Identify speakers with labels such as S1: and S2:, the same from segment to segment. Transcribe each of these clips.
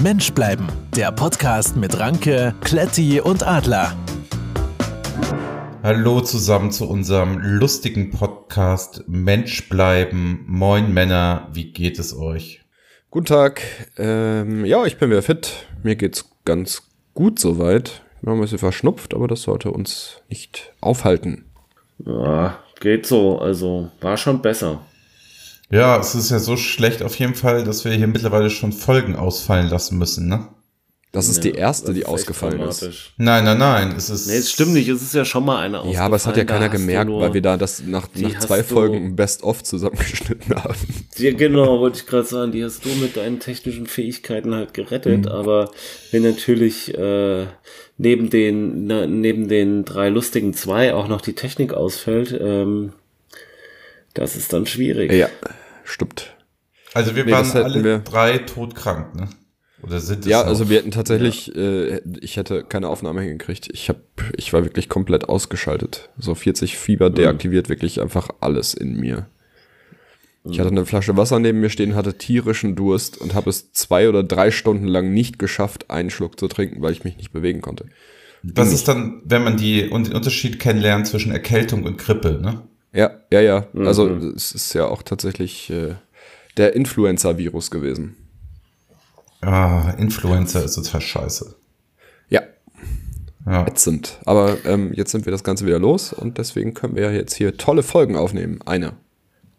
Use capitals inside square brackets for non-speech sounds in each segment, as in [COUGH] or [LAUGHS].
S1: Mensch bleiben. Der Podcast mit Ranke, Kletti und Adler.
S2: Hallo zusammen zu unserem lustigen Podcast Mensch bleiben. Moin Männer, wie geht es euch?
S3: Guten Tag. Ähm, ja, ich bin wieder fit. Mir geht's ganz gut soweit. Ich bin noch ein bisschen verschnupft, aber das sollte uns nicht aufhalten.
S4: Ja, geht so. Also war schon besser.
S2: Ja, es ist ja so schlecht auf jeden Fall, dass wir hier mittlerweile schon Folgen ausfallen lassen müssen, ne?
S3: Das ist
S4: Ja,
S3: die erste,
S4: das
S3: die
S4: ist echt
S3: ausgefallen ist.
S4: dramatisch.
S2: Nein, nein, nein, es ist.
S4: Nee, es stimmt nicht. Es ist ja schon mal eine ausgefallen.
S3: Ja, aber es hat ja
S4: Da
S3: keiner
S4: hast du
S3: gemerkt,
S4: nur-
S3: weil wir da das nach,
S4: die
S3: nach
S4: hast
S3: zwei
S4: du-
S3: Folgen ein Best-of zusammengeschnitten [LAUGHS] haben.
S4: Ja, genau, wollte ich gerade sagen. Die hast du mit deinen technischen Fähigkeiten halt
S3: Mhm.
S4: gerettet, aber wir natürlich äh, neben den na, neben den drei lustigen zwei auch noch die Technik ausfällt. Ähm, das ist dann schwierig.
S3: Ja, stimmt.
S2: Also wir
S3: Nee,
S2: waren
S3: das hätten
S2: alle
S3: wir-
S2: drei todkrank, ne? Oder sind es
S3: Ja,
S2: noch?
S3: also wir hätten tatsächlich, äh, ich hätte keine Aufnahme hingekriegt. Ich hab, ich war wirklich komplett ausgeschaltet. So 40 Fieber deaktiviert wirklich einfach alles in mir. Ich hatte eine Flasche Wasser neben mir stehen, hatte tierischen Durst und habe es zwei oder drei Stunden lang nicht geschafft, einen Schluck zu trinken, weil ich mich nicht bewegen konnte.
S2: Das ist dann, wenn man die, und den Unterschied kennenlernt zwischen Erkältung und Grippe, ne?
S3: Ja, ja, ja. Also es ist ja auch tatsächlich äh, der Influenza-Virus gewesen.
S2: Ah, Influencer ist total scheiße.
S3: Ja,
S2: Ja.
S3: ätzend. Aber ähm, jetzt sind wir das Ganze wieder los und deswegen können wir jetzt hier tolle Folgen aufnehmen. Eine.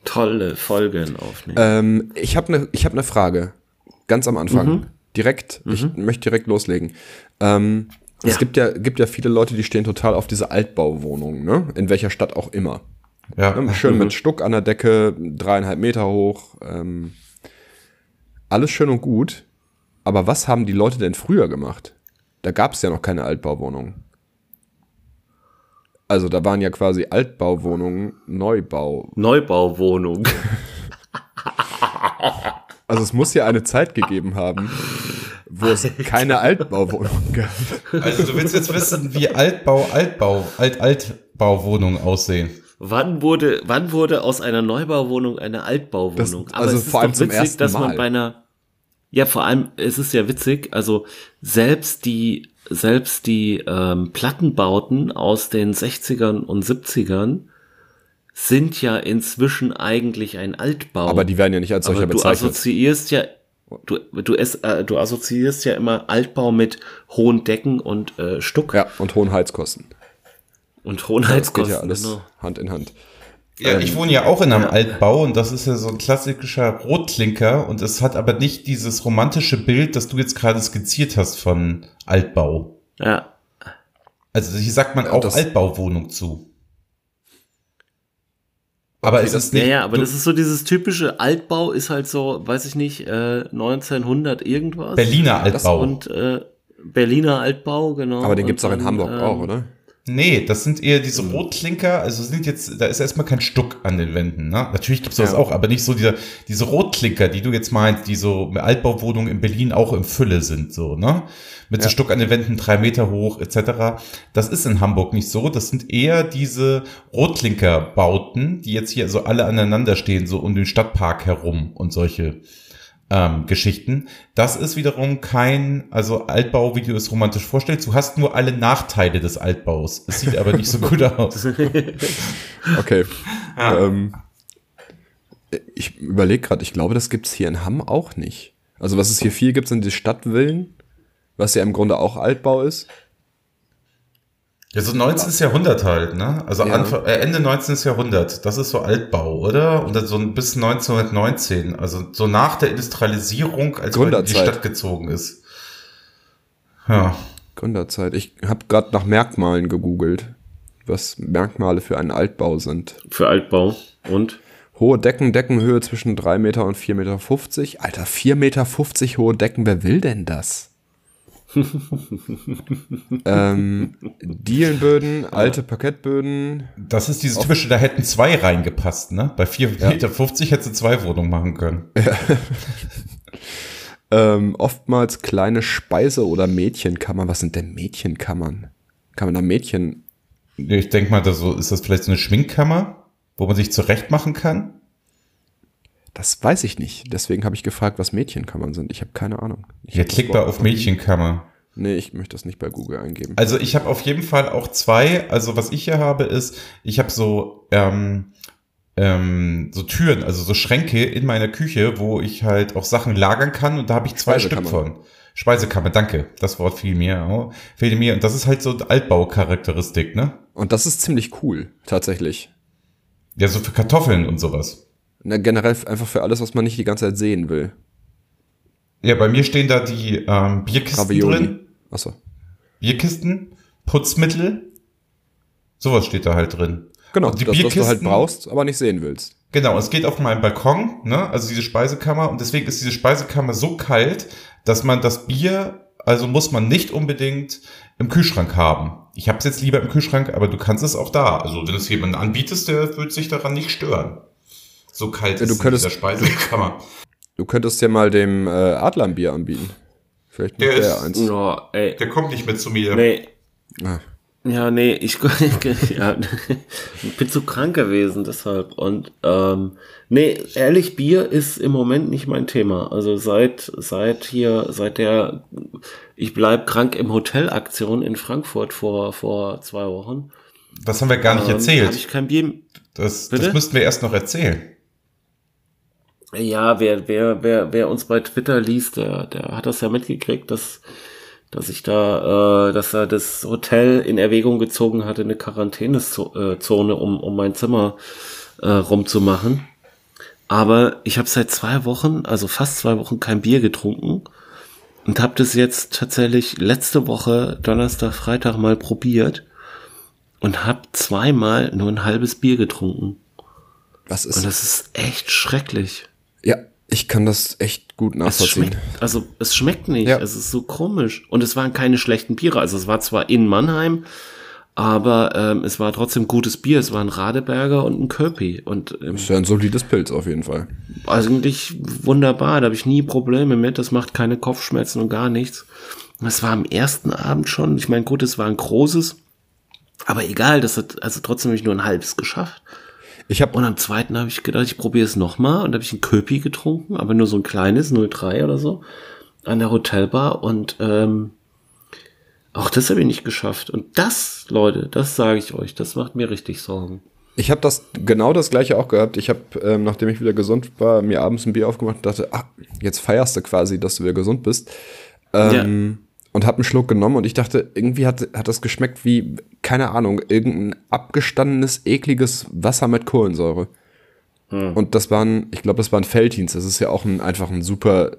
S4: Tolle Folgen aufnehmen.
S3: Ähm, ich habe eine ich hab ne Frage. Ganz am Anfang. Direkt. Ich möchte direkt loslegen. Ähm, Es
S4: Ja.
S3: gibt ja, gibt ja viele Leute, die stehen total auf diese Altbauwohnungen, ne? In welcher Stadt auch immer.
S2: ja.
S3: Ne? Schön mit Stuck an der Decke, dreieinhalb Meter hoch. Ähm, alles schön und gut. Aber was haben die Leute denn früher gemacht? Da gab es ja noch keine Altbauwohnungen. Also da waren ja quasi Altbauwohnungen, Neubau.
S4: Neubauwohnung.
S3: Also es muss ja eine Zeit gegeben haben, wo es keine Altbauwohnungen gab.
S2: Also du willst jetzt wissen, wie Altbau, Altbau, Alt-Altbauwohnungen aussehen.
S4: Wann wurde, wann wurde aus einer Neubauwohnung eine Altbauwohnung?
S3: Das- also vor allem zum ersten
S4: dass man
S3: Mal.
S4: bei einer, ja, vor allem, es ist ja witzig, also selbst die, selbst die ähm, Plattenbauten aus den 60ern und 70ern sind ja inzwischen eigentlich ein Altbau.
S3: Aber die werden ja nicht als solcher
S4: Aber du
S3: bezeichnet.
S4: assoziierst ja, du, du, es, äh, du assoziierst ja immer Altbau mit hohen Decken und äh, Stuck
S3: Ja, und hohen Heizkosten.
S4: und
S3: Das
S4: Hohenheitskosten.
S3: geht ja alles
S4: genau.
S3: Hand in Hand.
S2: Ja, ich wohne Ähm, ja auch in einem Altbau und das ist ja so ein klassischer Rotklinker und es hat aber nicht dieses romantische Bild, das du jetzt gerade skizziert hast von Altbau.
S4: Ja.
S2: Also hier sagt man auch
S3: das-
S2: Altbauwohnung zu. Aber es ist
S4: Ja,
S2: nicht.
S4: ja, aber
S2: du-
S4: das ist so dieses typische Altbau ist halt so, weiß ich nicht, äh, 1900 irgendwas.
S2: Berliner Altbau.
S4: Und äh, Berliner Altbau, genau.
S3: Aber den
S4: Und
S3: gibt's auch in
S4: dann,
S3: Hamburg
S4: ähm,
S3: auch, oder?
S2: nee, das sind eher
S3: Hm.
S2: diese Rotklinker, also sind jetzt, da ist erstmal kein Stuck an den Wänden, ne? Natürlich gibt's das
S3: Ja.
S2: auch, aber nicht so dieser, diese Rotklinker, die du jetzt meinst, die so Altbauwohnungen in Berlin auch in Fülle sind, so, ne? Mit so
S3: Ja.
S2: Stuck an den Wänden, drei Meter hoch, etc. Das ist in Hamburg nicht so. Das sind eher diese Rotklinker-Bauten, die jetzt hier so alle aneinander stehen, so um den Stadtpark herum und solche ähm, Geschichten. Das ist wiederum kein, also Altbau, wie du es romantisch vorstellst. Du hast nur alle Nachteile des Altbaus. Es sieht aber
S3: [LAUGHS]
S2: nicht so gut aus.
S3: Okay. ähm, ich überlege gerade, ich glaube, das gibt's hier in Hamm auch nicht. Also was es hier viel gibt, sind die Stadtvillen, was ja im Grunde auch Altbau ist.
S2: Ja, so 19. Jahrhundert halt, ne? Also
S3: Ja.
S2: Anfang, äh, Ende 19. Jahrhundert. Das ist so Altbau, oder? Und dann so bis 1919. Also so nach der Industrialisierung, als man in die
S3: Gründerzeit.
S2: Stadt gezogen ist. Ja.
S3: Gründerzeit. Ich habe gerade nach Merkmalen gegoogelt, was Merkmale für einen Altbau sind.
S4: Für Altbau. Und?
S3: Hohe Decken, Deckenhöhe zwischen 3 Meter und 4,50 Meter. Alter, 4,50 Meter hohe Decken, wer will denn das? ähm, Dielenböden, alte Parkettböden.
S2: Das ist dieses typische, da hätten zwei reingepasst, ne? Bei 4,50 Meter hättest du zwei Wohnungen machen können.
S3: Ähm, oftmals kleine Speise- oder Mädchenkammern. Was sind denn Mädchenkammern? Kann man da Mädchen.
S2: Ja, Ich denke mal, da so, ist das vielleicht so eine Schminkkammer, wo man sich zurecht machen kann?
S3: Das weiß ich nicht. Deswegen habe ich gefragt, was Mädchenkammern sind. Ich habe keine Ahnung. Ich
S2: Jetzt
S3: hab das
S2: klick da
S3: Wort
S2: auf
S3: noch nie-
S2: Mädchenkammer.
S3: Nee, ich möchte das nicht bei Google eingeben.
S2: Also ich habe auf jeden Fall auch zwei. Also was ich hier habe ist, ich habe so ähm, ähm, so Türen, also so Schränke in meiner Küche, wo ich halt auch Sachen lagern kann und da habe ich zwei Stück
S3: Speisekammer.
S2: von. Speisekammer, danke. Das Wort fiel mir, oh, fehlte mir. Und das ist halt so Altbaucharakteristik, ne?
S3: Und das ist ziemlich cool, tatsächlich.
S2: Ja, so für Kartoffeln und sowas.
S3: Na, generell einfach für alles, was man nicht die ganze Zeit sehen will.
S2: Ja, bei mir stehen da die ähm, Bierkisten drin.
S3: Ravioli. Achso.
S2: Bierkisten, Putzmittel. Sowas steht da halt drin.
S3: Genau,
S2: Und die
S3: das, was du halt
S2: Bierkisten-
S3: brauchst, aber nicht sehen willst.
S2: Genau, es geht auf meinen Balkon, ne? also diese Speisekammer. Und deswegen ist diese Speisekammer so kalt, dass man das Bier, also muss man nicht unbedingt im Kühlschrank haben. Ich habe es jetzt lieber im Kühlschrank, aber du kannst es auch da. Also wenn es jemand anbietest, der wird sich daran nicht stören. So kalt
S3: Ja,
S2: ist
S3: du
S2: es in
S3: könntest-
S2: dieser Speisekammer.
S3: Du könntest ja mal dem äh, Adler ein Bier anbieten. Vielleicht macht
S2: Der
S3: der,
S2: ist-
S3: ja eins.
S4: Ja, ey.
S2: Der kommt nicht mit zu mir.
S4: Nee.
S3: Ah.
S4: Ja, nee, ich [LAUGHS] ja, ich bin zu krank gewesen, deshalb. Und ähm, nee, ehrlich, Bier ist im Moment nicht mein Thema. Also seit seit hier, seit der Ich bleib krank im Hotel-Aktion in Frankfurt vor vor zwei Wochen.
S2: Das haben wir gar nicht
S4: ähm, Habe
S2: erzählt.
S4: ich kein Bier.
S2: Das,
S4: Bitte?
S2: das müssten wir erst noch erzählen.
S4: Ja, wer, wer, wer, wer uns bei Twitter liest, der, der hat das ja mitgekriegt, dass, dass ich da, äh, dass er das Hotel in Erwägung gezogen hatte, eine Quarantänezone, um, um mein Zimmer äh, rumzumachen. Aber ich habe seit zwei Wochen, also fast zwei Wochen, kein Bier getrunken und habe das jetzt tatsächlich letzte Woche, Donnerstag, Freitag mal probiert und habe zweimal nur ein halbes Bier getrunken.
S3: Was ist
S4: Und das ist echt schrecklich.
S3: Ja, ich kann das echt gut
S4: Es
S3: nachvollziehen.
S4: schmeckt, also es schmeckt nicht.
S3: Ja.
S4: Es ist so komisch. Und es waren keine schlechten Biere. Also es war zwar in Mannheim, aber ähm, es war trotzdem gutes Bier. Es war ein Radeberger und ein Köpi. Und ähm,
S3: Ist ja ein solides Pilz auf jeden Fall.
S4: eigentlich wunderbar. Da habe ich nie Probleme mit. Das macht keine Kopfschmerzen und gar nichts. Und Es war am ersten Abend schon. Ich meine, gut, es war ein großes. Aber egal, das hat also trotzdem habe ich nur ein halbes geschafft.
S3: Ich habe
S4: Und am zweiten habe ich gedacht, ich probiere es nochmal. Und da habe ich ein Köpi getrunken, aber nur so ein kleines, 03 oder so, an der Hotelbar. Und ähm, auch das habe ich nicht geschafft. Und das, Leute, das sage ich euch, das macht mir richtig Sorgen.
S3: ich hab das genau das gleiche auch gehabt. Ich habe, ähm, nachdem ich wieder gesund war, mir abends ein Bier aufgemacht und dachte, ah, jetzt feierst du quasi, dass du wieder gesund bist. Ähm, Und habe einen Schluck genommen und ich dachte, irgendwie hat, hat das geschmeckt wie, keine Ahnung, irgendein abgestandenes, ekliges Wasser mit Kohlensäure. Und das waren, ich glaube, das waren Feltins. Das ist ja auch ein, einfach ein super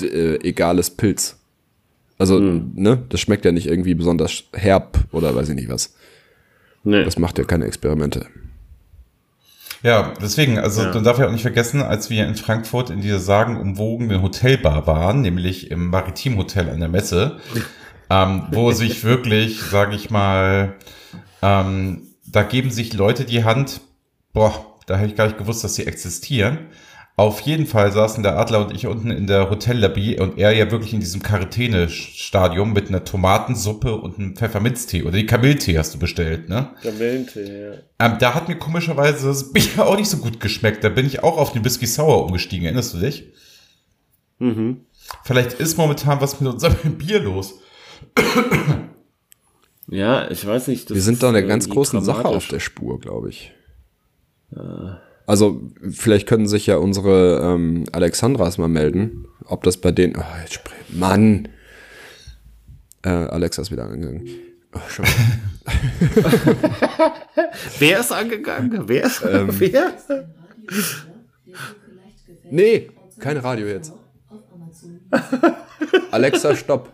S3: d- äh, egales Pilz. Also, ne, das schmeckt ja nicht irgendwie besonders herb oder weiß ich nicht was.
S4: Nee.
S3: Das macht ja keine Experimente.
S2: Ja, deswegen, also
S4: Ja.
S2: man darf ja auch nicht vergessen, als wir in Frankfurt in dieser sagenumwogenen Hotelbar waren, nämlich im Maritim Hotel an der Messe, ähm, wo sich wirklich, sage ich mal, ähm, da geben sich Leute die Hand, boah, da hätte ich gar nicht gewusst, dass sie existieren. Auf jeden Fall saßen der Adler und ich unten in der Hotellobby und er ja wirklich in diesem Quarantäne-Stadium mit einer Tomatensuppe und einem Pfefferminztee oder die Kamilltee hast du bestellt, ne? Ähm, da hat mir komischerweise das Bier auch nicht so gut geschmeckt. Da bin ich auch auf den Whisky Sour umgestiegen. Erinnerst du dich?
S4: Mhm.
S2: Vielleicht ist momentan was mit unserem [LAUGHS] Bier los.
S4: Ja, ich weiß nicht. das
S3: Wir sind
S4: ist
S3: da einer ganz
S4: irgendwie
S3: großen Sache auf
S4: dramatisch.
S3: der Spur, glaube ich. Also, vielleicht können sich ja unsere ähm, Alexandras mal melden, ob das bei denen. Oh, jetzt sprich, Mann! Äh, Alexa ist wieder angegangen. Oh, schon.
S4: [LAUGHS] Wer ist angegangen? Wer ist?
S3: Ähm.
S4: [LAUGHS] wer?
S3: Nee, kein Radio jetzt. Alexa, stopp.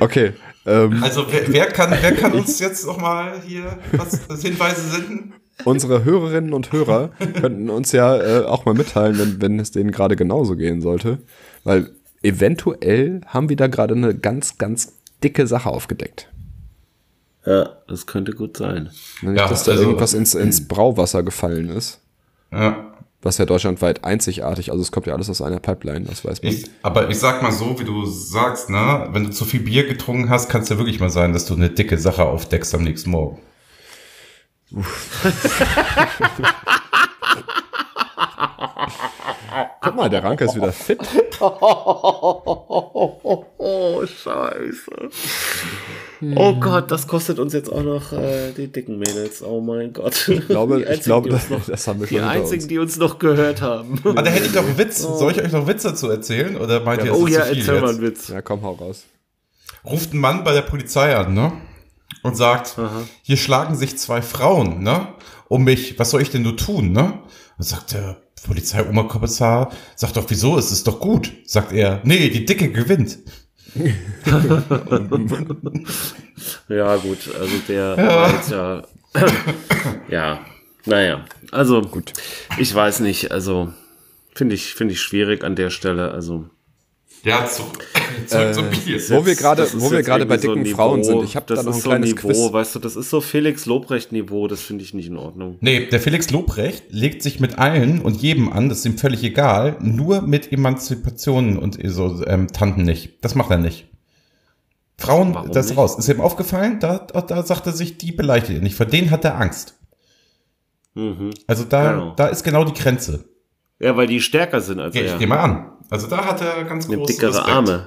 S3: Okay. Ähm,
S2: Also wer, wer kann, wer kann uns jetzt noch mal hier was Hinweise senden?
S3: unsere Hörerinnen und Hörer könnten uns ja äh, auch mal mitteilen, wenn, wenn es denen gerade genauso gehen sollte. Weil eventuell haben wir da gerade eine ganz, ganz dicke Sache aufgedeckt.
S4: Ja, das könnte gut sein.
S3: Nämlich,
S2: Ja,
S3: dass da
S2: also-
S3: irgendwas ins, ins Brauwasser gefallen ist.
S2: Ja,
S3: Was ja deutschlandweit einzigartig, also es kommt ja alles aus einer Pipeline, das weiß man.
S2: ich, aber ich sag mal so, wie du sagst, ne? Wenn du zu viel Bier getrunken hast, kann es ja wirklich mal sein, dass du eine dicke Sache aufdeckst am nächsten Morgen.
S3: Guck mal, der Ranker ist wieder fit.
S4: Oh, scheiße. Oh Gott, das kostet uns jetzt auch noch äh, die dicken Mädels. Oh mein Gott.
S3: Ich glaube,
S4: [LAUGHS] die
S3: ich
S4: einzigen,
S3: glaube
S4: die uns
S3: das,
S4: noch,
S3: das haben wir schon
S4: die,
S3: hinter
S4: einzigen
S3: uns.
S4: die uns noch gehört haben.
S2: Ah, da hätte ich doch einen Witz. Soll ich euch noch Witze zu erzählen? Oder meint ihr, es
S4: Oh
S2: ist
S4: ja,
S2: zu viel
S4: erzähl mal
S2: jetzt?
S4: einen Witz.
S3: Ja, komm, hau raus.
S2: ruft ein Mann bei der Polizei an, ne? Und sagt, hier schlagen sich zwei Frauen, ne? Um mich, was soll ich denn nur tun, ne? Und sagt der Polizei-Oberkommissar, sagt doch, wieso, es ist doch gut. Sagt er, nee, die Dicke gewinnt.
S4: Ja, gut, also der war
S3: [LAUGHS]
S4: jetzt ja. ja, naja. Also, gut. Ich weiß nicht, also finde ich, finde ich schwierig an der Stelle. Also,
S2: Ja, zurück, [LAUGHS] zurück zum Bier.
S3: Wo wir gerade,
S4: das ist
S3: wo wir
S4: jetzt
S3: gerade bei
S4: irgendwie so ein
S3: dicken Frauen
S4: Niveau,
S3: sind. Ich habe
S4: das
S3: da noch
S4: ist
S3: ein
S4: so ein
S3: kleines
S4: Niveau,
S3: Quiz.
S4: weißt du, das ist so Felix Lobrecht-Niveau, das finde ich nicht in Ordnung.
S2: Nee, der Felix Lobrecht legt sich mit allen und jedem an, das ist ihm völlig egal, nur mit Emanzipationen und so ähm, Tanten nicht. Das macht er nicht. Frauen,
S4: Warum
S2: das ist
S4: nicht?
S2: raus. Ist ihm aufgefallen, da, da, da sagt er sich, die beleidigt er nicht. Vor denen hat er Angst.
S4: Mhm.
S2: Also da,
S4: Genau.
S2: da ist genau die Grenze.
S4: Ja, weil die stärker sind als
S2: Ja, ich
S4: er.
S2: gehe mal an. Also da hat er ganz
S4: Die haben
S2: große
S4: dickere
S2: Respekt.
S4: Arme.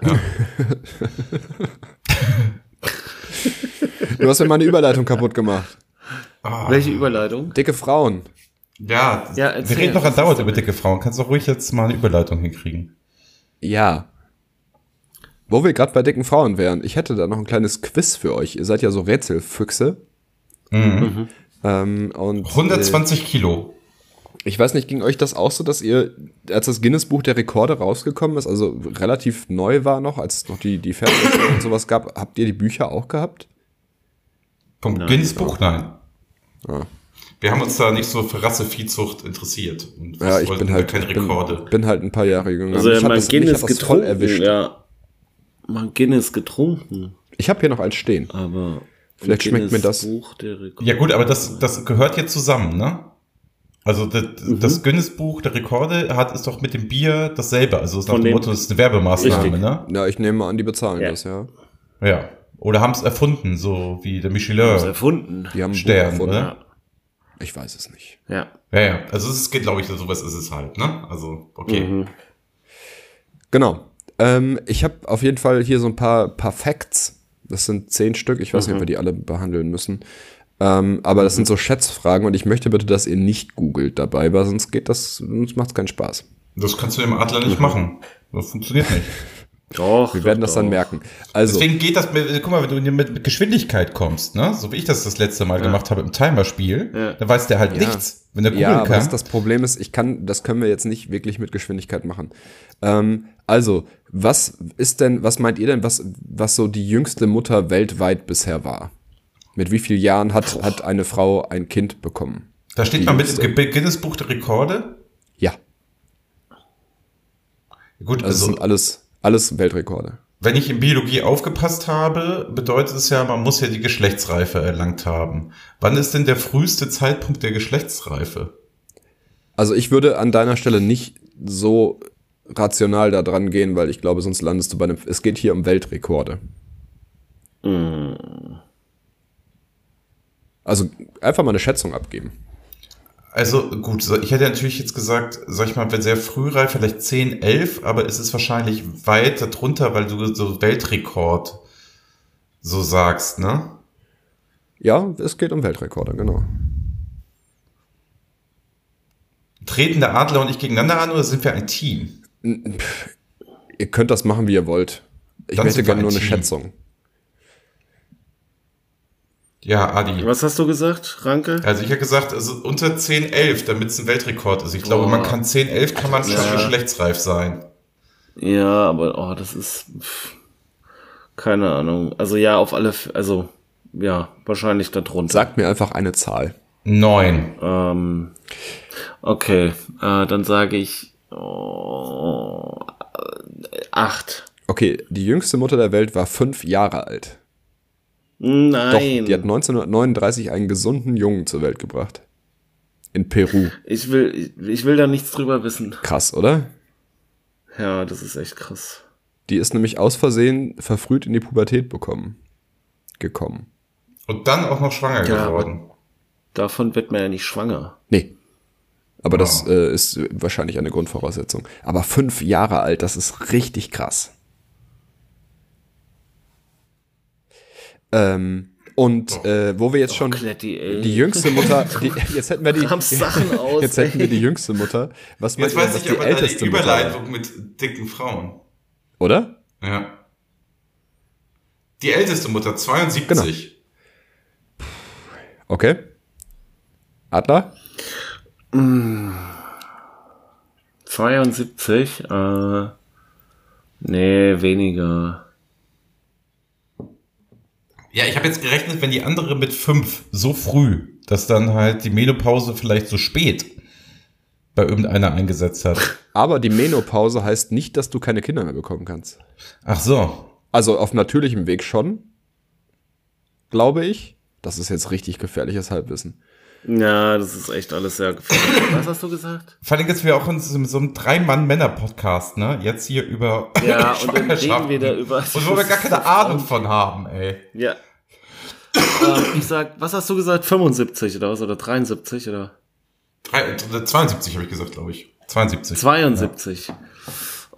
S3: Du hast mir meine Überleitung kaputt gemacht.
S2: Ah,
S4: Welche Überleitung?
S3: Dicke Frauen.
S2: ja,
S4: Ja,
S2: wir
S4: erzähl,
S2: reden doch
S4: was ist
S2: andauernd
S4: denn?
S2: über dicke Frauen. Kannst doch ruhig jetzt mal eine Überleitung hinkriegen.
S3: Ja. Wo wir gerade bei dicken Frauen wären, ich hätte da noch ein kleines Quiz für euch. Ihr seid ja so Rätselfüchse.
S2: Mhm.
S4: Mhm.
S3: Ähm, und
S2: 120 Kilo.
S3: Äh, ich weiß nicht, ging euch das auch so, dass ihr, als das Guinness-Buch der Rekorde rausgekommen ist, also relativ neu war noch, als es noch die, die Fernsehshow und sowas gab, habt ihr die Bücher auch gehabt?
S2: Vom
S4: Nein.
S2: Guinness Buch, nein.
S3: Ah.
S2: Wir haben uns da nicht so für Rasseviehzucht interessiert. Und
S3: Ja, ich
S2: wollten
S3: bin
S2: da
S3: halt,
S2: keine
S3: bin,
S2: Rekorde.
S3: bin halt ein paar Jahre jünger.
S4: Also,
S3: ich
S4: ja,
S3: hab
S4: man
S3: das, mich
S4: Guinness
S3: hat das voll
S4: getrunken.
S3: erwischt.
S4: Ja, man Guinness getrunken,
S3: Ich habe hier noch eins stehen.
S4: aber.
S3: Vielleicht schmeckt
S4: Guinness
S3: mir das.
S4: Buch der Rekorde.
S2: ja gut, aber das, das gehört ja zusammen, ne? Also das,
S3: Mhm.
S2: das Guinness-Buch der Rekorde hat ist doch mit dem Bier dasselbe. Also ist nach
S4: Von
S2: dem
S4: dem-
S2: Motto, das ist eine Werbemaßnahme,
S4: Richtig.
S2: ne?
S3: Ja, ich nehme mal an, die bezahlen
S4: Ja.
S3: das, ja.
S2: Ja. Oder haben es erfunden, so wie der
S4: Das
S2: Michelin.
S4: erfunden.
S3: Die haben ein Buch
S2: Stern,
S3: erfunden.
S2: oder?
S4: Ja.
S3: Ich weiß es nicht.
S4: ja.
S2: Ja, ja. Also es geht, glaube ich, sowas ist es halt, ne? Also, okay.
S4: Mhm.
S3: Genau. Ähm, ich habe auf jeden Fall hier so ein paar, paar Facts. Das sind zehn Stück. Ich weiß nicht,
S2: Mhm.
S3: ob wir die alle behandeln müssen. Ähm, aber das sind so Schätzfragen und ich möchte bitte, dass ihr nicht googelt dabei, weil sonst geht das, sonst macht es keinen Spaß.
S2: Das kannst du im Adler nicht
S3: Mhm.
S2: machen. Das funktioniert nicht.
S4: Doch.
S3: Wir werden
S4: doch,
S3: das dann
S4: doch.
S3: merken. Also,
S2: Deswegen geht das, mit, guck mal, wenn du mit, mit Geschwindigkeit kommst, ne? So wie ich das das letzte Mal gemacht habe im Timerspiel,
S4: Ja.
S2: dann weiß der halt nichts. Wenn der googeln
S3: ja, aber
S2: kann.
S3: das, das Problem ist, ich kann, das können wir jetzt nicht wirklich mit Geschwindigkeit machen. Ähm, also, was ist denn, was meint ihr denn, was, was so die jüngste Mutter weltweit bisher war? Mit wie vielen Jahren hat, hat eine Frau ein Kind bekommen?
S2: Da steht mal mit im Ge- Guinness-Buch der Rekorde.
S3: Ja.
S2: Gut,
S3: Also, es
S2: also,
S3: sind alles, alles Weltrekorde.
S2: wenn ich in Biologie aufgepasst habe, bedeutet es ja, man muss ja die Geschlechtsreife erlangt haben. Wann ist denn der früheste Zeitpunkt der Geschlechtsreife?
S3: Also ich würde an deiner Stelle nicht so rational da dran gehen, weil ich glaube, sonst landest du bei einem. Es geht hier um Weltrekorde.
S2: Mm.
S3: Also einfach mal eine Schätzung abgeben.
S2: Also gut, so- ich hätte natürlich jetzt gesagt, sag ich mal, wenn sehr frühreif, vielleicht 10, 11, aber es ist wahrscheinlich weit darunter, weil du so Weltrekord so sagst, ne?
S3: Ja, es geht um Weltrekorde, genau.
S2: Treten der Adler und ich gegeneinander an oder sind wir ein Team?
S3: Ihr könnt das machen, wie ihr wollt. Ich
S2: Dann
S3: möchte
S2: sind wir
S3: gerne
S2: ein
S3: nur eine
S2: Team.
S3: Schätzung.
S2: Ja, Adi.
S4: Was hast du gesagt, Ranke?
S2: Also ich habe gesagt, also unter 10, 11, damit es ein Weltrekord ist. Ich glaube,
S4: Boah.
S2: man kann 10, 11, kann man schon
S4: Ja.
S2: geschlechtsreif sein.
S4: Ja, aber oh, das ist pff, keine Ahnung. Also ja, auf alle, F- also ja, wahrscheinlich darunter.
S3: Sagt mir einfach eine Zahl.
S2: Neun.
S4: Ähm, okay, äh, dann sage ich oh, äh, acht.
S3: Okay, die jüngste Mutter der Welt war fünf Jahre alt. Doch,
S4: Nein,
S3: die hat 1939 einen gesunden Jungen zur Welt gebracht. In Peru.
S4: ich will, ich, ich will da nichts drüber wissen.
S3: Krass, oder?
S4: Ja, das ist echt krass.
S3: Die ist nämlich aus Versehen verfrüht in die Pubertät bekommen. Gekommen.
S2: Und dann auch noch schwanger
S4: Ja,
S2: geworden.
S4: Davon wird man ja nicht schwanger.
S3: Nee. Aber das äh, ist wahrscheinlich eine Grundvoraussetzung. Aber fünf Jahre alt, das ist richtig krass. Ähm, und äh, wo wir jetzt schon
S4: Kletti, ey.
S3: die jüngste Mutter, die, jetzt hätten wir die,
S4: Kramst Sachen
S3: [LAUGHS]
S4: aus,
S3: jetzt hätten wir
S4: ey.
S3: die jüngste Mutter. Was meint
S2: Jetzt
S3: ihr, denn,
S2: weiß
S3: was
S2: ich
S3: die
S2: aber deine
S3: älteste Mutter? war?
S2: Überleitung mit dicken Frauen.
S3: Oder?
S2: Ja. Die älteste Mutter, 72.
S3: Okay. Adler?
S4: 72, äh, nee, weniger.
S2: Ja, ich habe jetzt gerechnet, wenn die andere mit fünf so früh, dass dann halt die Menopause vielleicht so spät bei irgendeiner eingesetzt hat.
S3: Aber die Menopause heißt nicht, dass du keine Kinder mehr bekommen kannst.
S2: Ach so.
S3: Also auf natürlichem Weg schon, glaube ich. Das ist jetzt richtig gefährliches Halbwissen.
S4: Ja, das ist echt alles sehr gefährlich. [LAUGHS] Was hast du gesagt?
S2: Vor allem jetzt wir auch in so, so einem Drei-Mann-Männer-Podcast, ne? Jetzt hier über
S4: Ja, und dann reden wir da
S2: Schwangerschaften.
S4: über.
S2: Und wo wir gar keine Ahnung von haben, ey.
S4: Ja. ähm, ich sag, was hast du gesagt? 75 oder was? Oder 73 oder?
S2: Drei- 72 habe ich gesagt, glaube ich. 72.
S4: 72.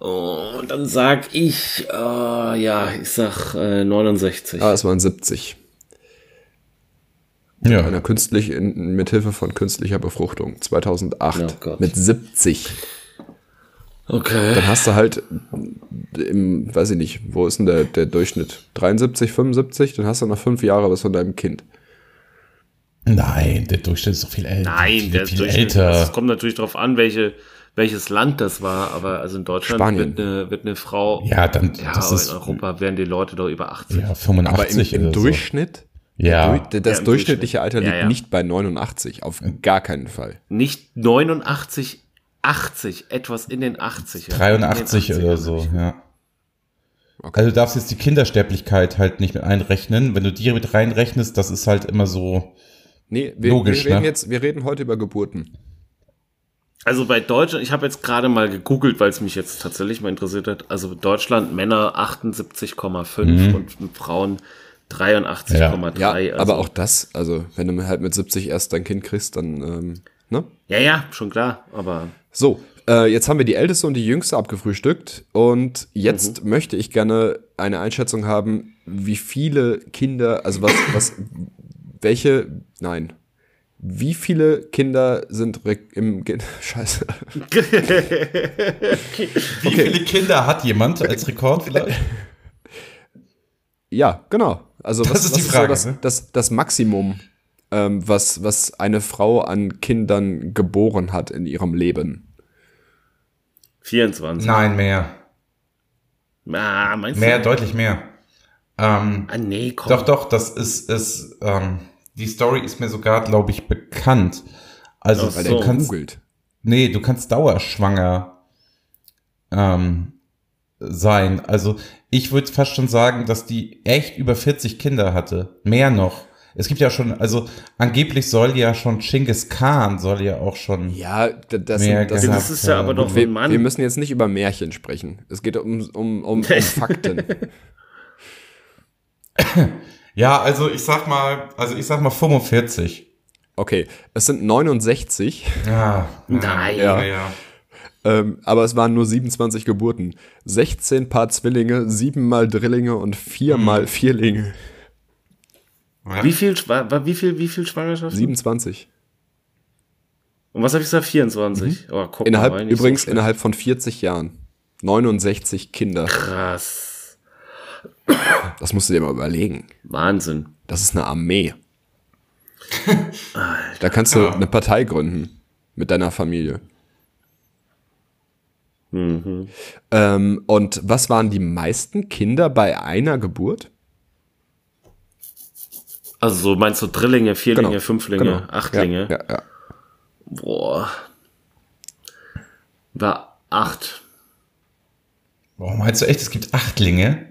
S4: Oh, und dann sag ich, äh, ja, ich sag äh, 69.
S3: Ah, es waren 70.
S2: Ja.
S3: Einer künstlich, in, mit Hilfe von künstlicher Befruchtung. 2008.
S4: Oh Gott.
S3: mit 70.
S4: Okay.
S3: Dann hast du halt im, weiß ich nicht, wo ist denn der, der Durchschnitt? 73, 75? Dann hast du noch fünf Jahre bis von deinem Kind.
S2: Nein, der Durchschnitt ist doch viel älter.
S4: Nein,
S2: viel,
S4: der
S2: viel
S4: Durchschnitt-
S2: älter.
S4: Es kommt natürlich darauf an, welche, welches Land das war, aber also in Deutschland
S3: Spanien.
S4: Wird, eine, wird eine Frau.
S2: Ja, dann
S4: ja
S2: das
S4: aber
S2: ist
S4: in Europa werden die Leute doch über 80.
S2: ja,
S3: Aber im,
S2: 85
S3: im
S2: oder so.
S3: Durchschnitt?
S2: Ja.
S3: Du- Das
S4: Ja, im
S3: durchschnittliche
S4: Durchschnitt.
S3: Alter liegt
S4: Ja, ja.
S3: nicht bei 89. Auf gar keinen Fall.
S4: Nicht 89, 80, etwas in den 80
S2: 83 oder so, ja. Also du darfst jetzt die Kindersterblichkeit halt nicht mit einrechnen. Wenn du die mit reinrechnest, das ist halt immer so.
S3: Nee, wir,
S2: Logisch,
S3: wir, reden
S2: ne?
S3: jetzt, wir reden heute über Geburten.
S4: Also bei Deutschland, ich habe jetzt gerade mal gegoogelt, weil es mich jetzt tatsächlich mal interessiert hat. Also Deutschland Männer 78,5
S2: Mhm.
S4: und Frauen 83,3.
S3: Ja,
S4: also,
S3: aber auch das, also wenn du halt mit 70 erst dein Kind kriegst, dann, ähm, ne?
S4: Ja, ja, schon klar,
S3: [LAUGHS]
S4: aber
S3: So, äh, jetzt haben wir die älteste und die jüngste abgefrühstückt und jetzt
S4: Mhm.
S3: möchte ich gerne eine Einschätzung haben, wie viele Kinder, also was, was, welche, nein, wie viele Kinder sind re- im, Ge- [LAUGHS] scheiße,
S2: Wie viele Kinder hat jemand als Rekord vielleicht?
S3: ja, genau, also was,
S2: ist
S3: was
S2: die Frage,
S3: das,
S2: ne?
S3: das, das Maximum, ähm, was, was eine Frau an Kindern geboren hat in ihrem Leben?
S2: [LAUGHS]
S4: 24.
S2: Nein, mehr.
S4: Ah, meinst
S2: Mehr,
S4: du?
S2: deutlich mehr. Ähm,
S4: Ah, nee, komm.
S2: doch, doch, das ist, ist ähm, die Story ist mir sogar, glaube ich, bekannt. Also,
S4: Ach
S3: Weil
S4: So.
S3: er
S2: du kannst,
S3: googelt.
S2: Nee, du kannst dauerschwanger ähm, sein. Also ich würde fast schon sagen, dass die echt über 40 Kinder hatte. Mehr noch. Es gibt ja schon, also angeblich soll ja schon Genghis Khan soll ja auch schon.
S3: Ja, d- das,
S2: Mehr Oh
S3: sind, das
S2: gehabt.
S4: Das ist ja aber doch
S3: Wir,
S4: ein Mann.
S3: wir müssen jetzt nicht über Märchen sprechen. Es geht um, um,
S2: [LAUGHS]
S3: um, um Fakten.
S2: Ja, also ich sag mal, also ich sag mal 45.
S3: Okay, es sind 69,
S2: Ja.
S4: Nein.
S2: Ja, ja.
S3: ähm, aber es waren nur 27 Geburten. 16 Paar Zwillinge, 7 mal Drillinge und 4
S2: Hm. [LAUGHS]
S3: mal Vierlinge.
S4: Wie viel, Schwa- wa- wie viel, wie viel Schwangerschaften?
S3: 27.
S4: Und was habe ich gesagt? 24. Oh, guck mal,
S3: Mhm. Innerhalb,
S4: nicht so
S3: übrigens
S4: schlecht.
S3: innerhalb von 40 Jahren. 69 Kinder.
S4: Krass.
S3: Das musst du dir mal überlegen.
S4: Wahnsinn.
S3: Das ist eine Armee. da kannst du eine Partei gründen mit deiner Familie. Ähm, und was waren die meisten Kinder bei einer Geburt?
S4: Also so meinst du Drillinge, Vierlinge, Fünflinge,
S3: genau.
S4: Achtlinge?
S3: Ja, ja, ja.
S4: Boah. War acht.
S2: Warum meinst du echt, es gibt Achtlinge?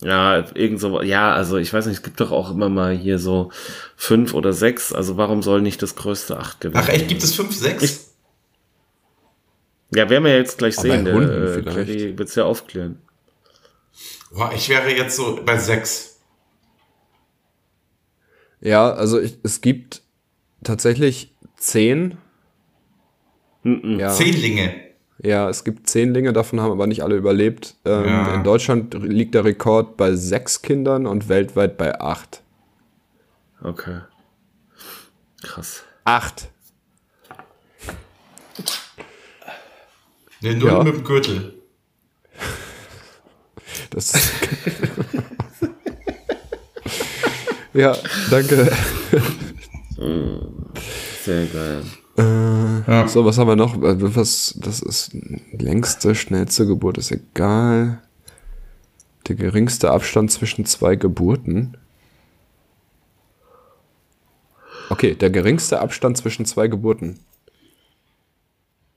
S4: Ja, irgend so, ja, also ich weiß nicht, es gibt doch auch immer mal hier so fünf oder sechs, also warum soll nicht das größte acht gewinnen?
S2: Ach echt, gibt es fünf, sechs?
S4: Ja, werden wir jetzt gleich
S3: Aber
S4: sehen,
S3: bei
S4: der
S3: Hunden
S4: äh,
S3: vielleicht.
S4: Clary wird's ja aufklären.
S2: Boah, ich wäre jetzt so bei sechs.
S3: ja also ich, es gibt tatsächlich zehn.
S4: Mhm.
S3: Ja.
S2: Zehnlinge.
S3: Ja, es gibt Zehnlinge, davon haben aber nicht alle überlebt. Ähm,
S2: Ja.
S3: In Deutschland liegt der Rekord bei sechs Kindern und weltweit bei acht.
S4: Okay. Krass.
S3: Acht.
S2: Eine Null
S3: Ja.
S2: mit dem Gürtel.
S3: Das ist [LAUGHS] ja, danke.
S4: Sehr geil.
S2: Ja.
S3: So, was haben wir noch? Äh, Was, das ist längste, schnellste Geburt, ist egal. Der geringste Abstand zwischen zwei Geburten. Okay, der geringste Abstand zwischen zwei Geburten.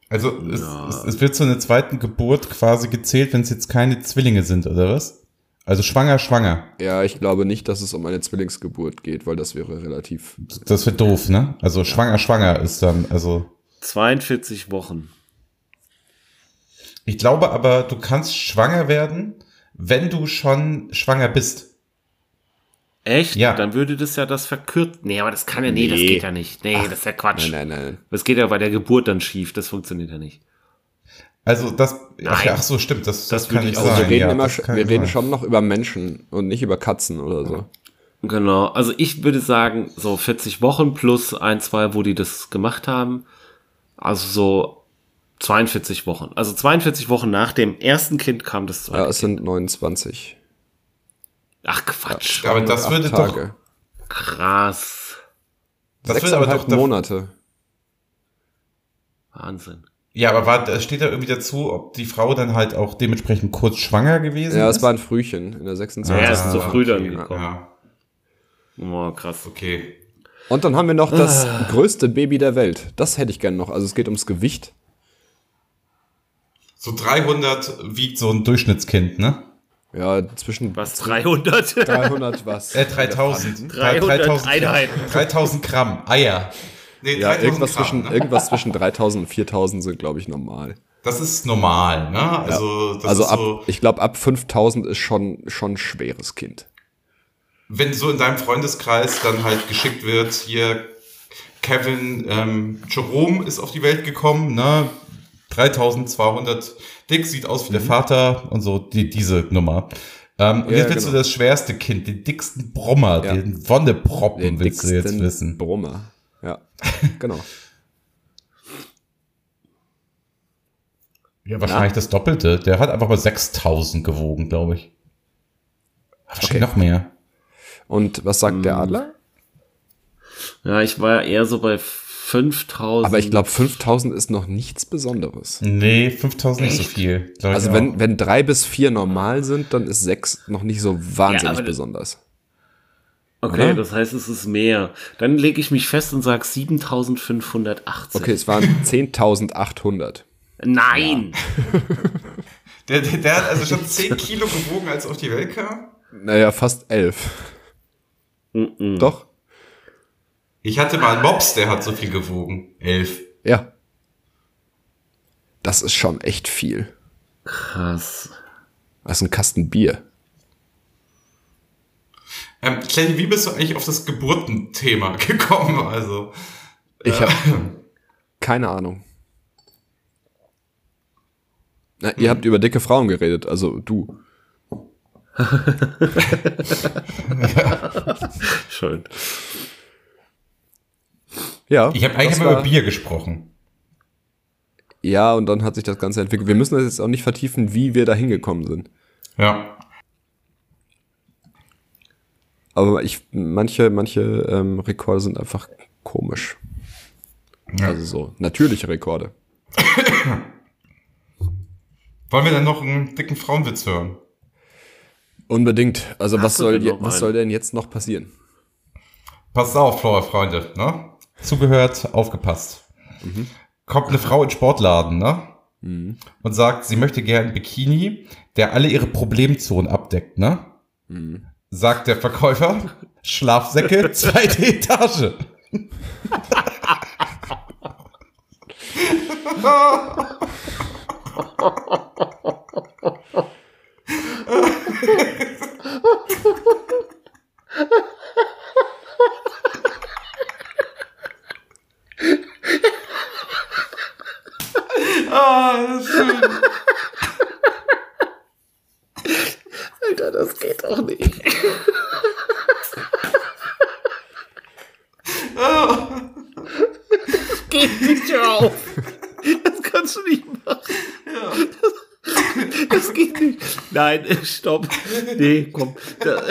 S2: Also es, es, es wird zu einer zweiten Geburt quasi gezählt, wenn es jetzt keine Zwillinge sind, oder was? Also schwanger, schwanger.
S3: Ja, ich glaube nicht, dass es um eine Zwillingsgeburt geht, weil das wäre relativ.
S2: Das wird doof, ne? Also schwanger, schwanger ist dann, also.
S4: 42 Wochen.
S2: Ich glaube aber, du kannst schwanger werden, wenn du schon schwanger bist.
S4: Echt?
S2: Ja.
S4: Dann würde das ja das verkürzt. Nee, aber das kann ja, nee, das
S3: Nee.
S4: geht ja nicht. Nee, das ist ja Quatsch.
S3: Nein, nein, nein.
S4: Das geht ja bei der Geburt dann schief. Das funktioniert ja nicht.
S2: Also das, ach,
S4: Nein.
S2: ja, ach so, stimmt, das,
S4: Das
S2: das kann
S4: würde
S2: ich
S4: ich
S2: sagen.
S4: auch-
S3: Also wir reden,
S2: ja,
S3: immer,
S2: das
S3: sch-
S2: kann
S3: wir reden
S2: sein.
S3: schon noch über Menschen und nicht über Katzen oder so.
S4: Genau. Also ich würde sagen, so 40 Wochen plus ein, zwei, wo die das gemacht haben. Also so 42 Wochen. Also 42 Wochen nach dem ersten Kind kam das zweite.
S3: Ja, es sind 29.
S4: Ach Quatsch.
S2: Aber das
S3: Acht
S2: würde doch,
S3: Tage.
S4: Krass.
S2: das würde aber doch,
S3: Sechseinhalb
S2: doch
S3: Monate.
S4: Wahnsinn.
S2: ja, aber war, da steht da irgendwie dazu, ob die Frau dann halt auch dementsprechend kurz schwanger gewesen
S3: Ja,
S2: ist? Ah,
S3: es war ein Frühchen in der 26.
S4: Ja, es ist so früh dann
S2: okay,
S4: gekommen.
S2: Ja,
S4: Oh, krass.
S2: okay.
S3: Und dann haben wir noch das
S2: Ah.
S3: größte Baby der Welt. Das hätte ich gern noch. Also es geht ums Gewicht.
S2: So 300 wiegt so ein Durchschnittskind, ne?
S3: Ja, zwischen
S4: Was?
S3: [LAUGHS]
S4: 300?
S3: 300
S2: [LAUGHS]
S3: was.
S2: Äh, 3000.
S4: 300
S2: 3000
S4: Einheiten.
S2: 3000 Gramm Eier. Nee,
S3: Ja, irgendwas
S2: Gramm,
S3: zwischen,
S2: ne?
S3: irgendwas
S2: [LAUGHS]
S3: zwischen 3000 und 4000 sind, glaube ich, normal.
S2: Das ist normal, ne? Also, das
S3: also
S2: ist
S3: ab,
S2: so,
S3: ich glaube, ab 5000 ist schon, schon ein schweres Kind.
S2: wenn so in deinem Freundeskreis dann halt geschickt wird, hier Kevin ähm, Jerome ist auf die Welt gekommen, ne? 3200 dick, sieht aus wie der Vater und so, die, diese Nummer. Ähm, und
S3: Mhm. Ja,
S2: jetzt willst
S3: genau.
S2: du das schwerste Kind, den dicksten Brummer,
S3: Ja.
S2: den Wonneproppen,
S3: Den
S2: willst du jetzt
S3: dicksten
S2: wissen.
S3: Brummer.
S2: [LAUGHS]
S3: Ja, genau.
S2: Ja, wahrscheinlich das Doppelte. Der hat einfach mal 6000 gewogen, glaube ich. Wahrscheinlich noch mehr.
S3: Und was sagt
S2: Hm.
S3: der Adler?
S4: Ja, ich war ja eher so bei 5000.
S3: Aber ich glaube, 5000 ist noch nichts Besonderes.
S2: Nee, 5000 nicht so viel. glaub ich
S3: Also
S2: auch.
S3: wenn, wenn drei bis vier normal sind, dann ist sechs noch nicht so wahnsinnig
S4: aber-
S3: besonders.
S4: Okay,
S3: Oder?
S4: das heißt, es ist mehr. Dann lege ich mich fest und sage 7580.
S3: Okay, es waren 10.800.
S4: Nein!
S2: der, der, der hat also schon 10 Kilo gewogen, als er auf die Welt kam.
S3: Naja, fast elf. Doch?
S2: Ich hatte mal einen Mops, der hat so viel gewogen. 11.
S3: Ja. Das ist schon echt viel.
S4: Krass.
S3: Das ist ein Kasten Bier.
S2: Ähm, Clay, wie bist du eigentlich auf das Geburtenthema [LAUGHS] gekommen? Also,
S3: Ich habe keine Ahnung. Na,
S2: Mm.
S3: ihr habt über dicke Frauen geredet, also du.
S4: Schön.
S3: Ja.
S2: ich habe
S3: das
S2: eigentlich
S3: war-
S2: immer über Bier gesprochen.
S3: Ja, und dann hat sich das Ganze entwickelt. Wir müssen das jetzt auch nicht vertiefen, wie wir da hingekommen sind.
S2: Ja.
S3: Aber ich, manche, manche ähm, Rekorde sind einfach komisch.
S2: Ja.
S3: Also so, natürliche Rekorde.
S2: Wollen wir dann noch einen dicken Frauenwitz hören?
S3: Unbedingt. Also was
S4: du
S3: soll,
S4: denn
S3: je-
S4: noch
S3: was
S4: einen?
S3: soll denn jetzt noch passieren?
S2: Passt auf, Flora, Freunde, ne? Zugehört, aufgepasst. Kommt eine Frau in den Sportladen, ne?
S3: Mhm.
S2: Und sagt, sie möchte gerne einen Bikini, der alle ihre Problemzonen abdeckt, ne?
S3: Mhm.
S2: Sagt der Verkäufer,
S3: [LAUGHS]
S2: Schlafsäcke, zweite Etage. Ah, schön.
S4: Alter, das geht auch nicht. Das geht nicht auf. Das kannst du nicht machen. [LAUGHS] Das, das geht nicht. Nein, äh, stopp. Nee, komm. Da,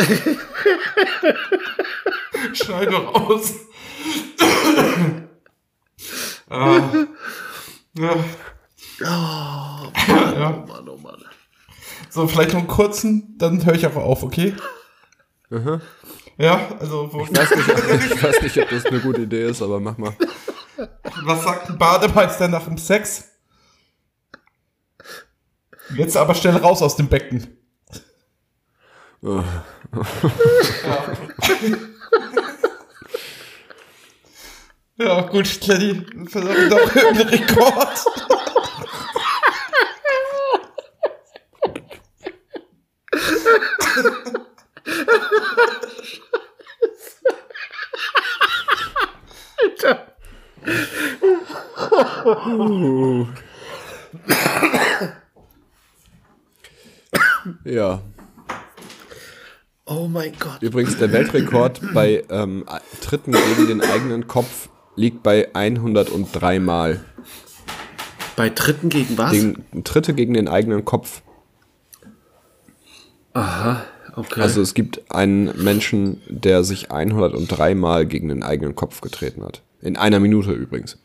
S2: Schneid doch
S3: [LAUGHS]
S2: aus. ah. Ja.
S4: oh Mann, oh Mann.
S2: So, vielleicht noch einen kurzen, dann höre ich auch auf, okay?
S3: Aha.
S2: Ja, also, wo,
S3: Ich weiß, nicht, ob, ich weiß nicht, ob das eine gute Idee ist, aber mach mal.
S2: was sagt ein Bademeister nach dem Sex? Jetzt aber schnell raus aus dem Becken.
S3: Oh.
S2: [LAUGHS] Ja, gut, Kletti, versuchen doch [LAUGHS] irgendeinen Rekord.
S3: Ja.
S4: Oh mein Gott.
S3: Übrigens, der Weltrekord bei ähm, Tritten gegen den eigenen Kopf liegt bei 103 Mal.
S4: Bei Dritten gegen was?
S3: Gegen, Tritte gegen den eigenen Kopf.
S4: okay.
S3: Also es gibt einen Menschen, der sich 103 Mal gegen den eigenen Kopf getreten hat. In einer Minute übrigens.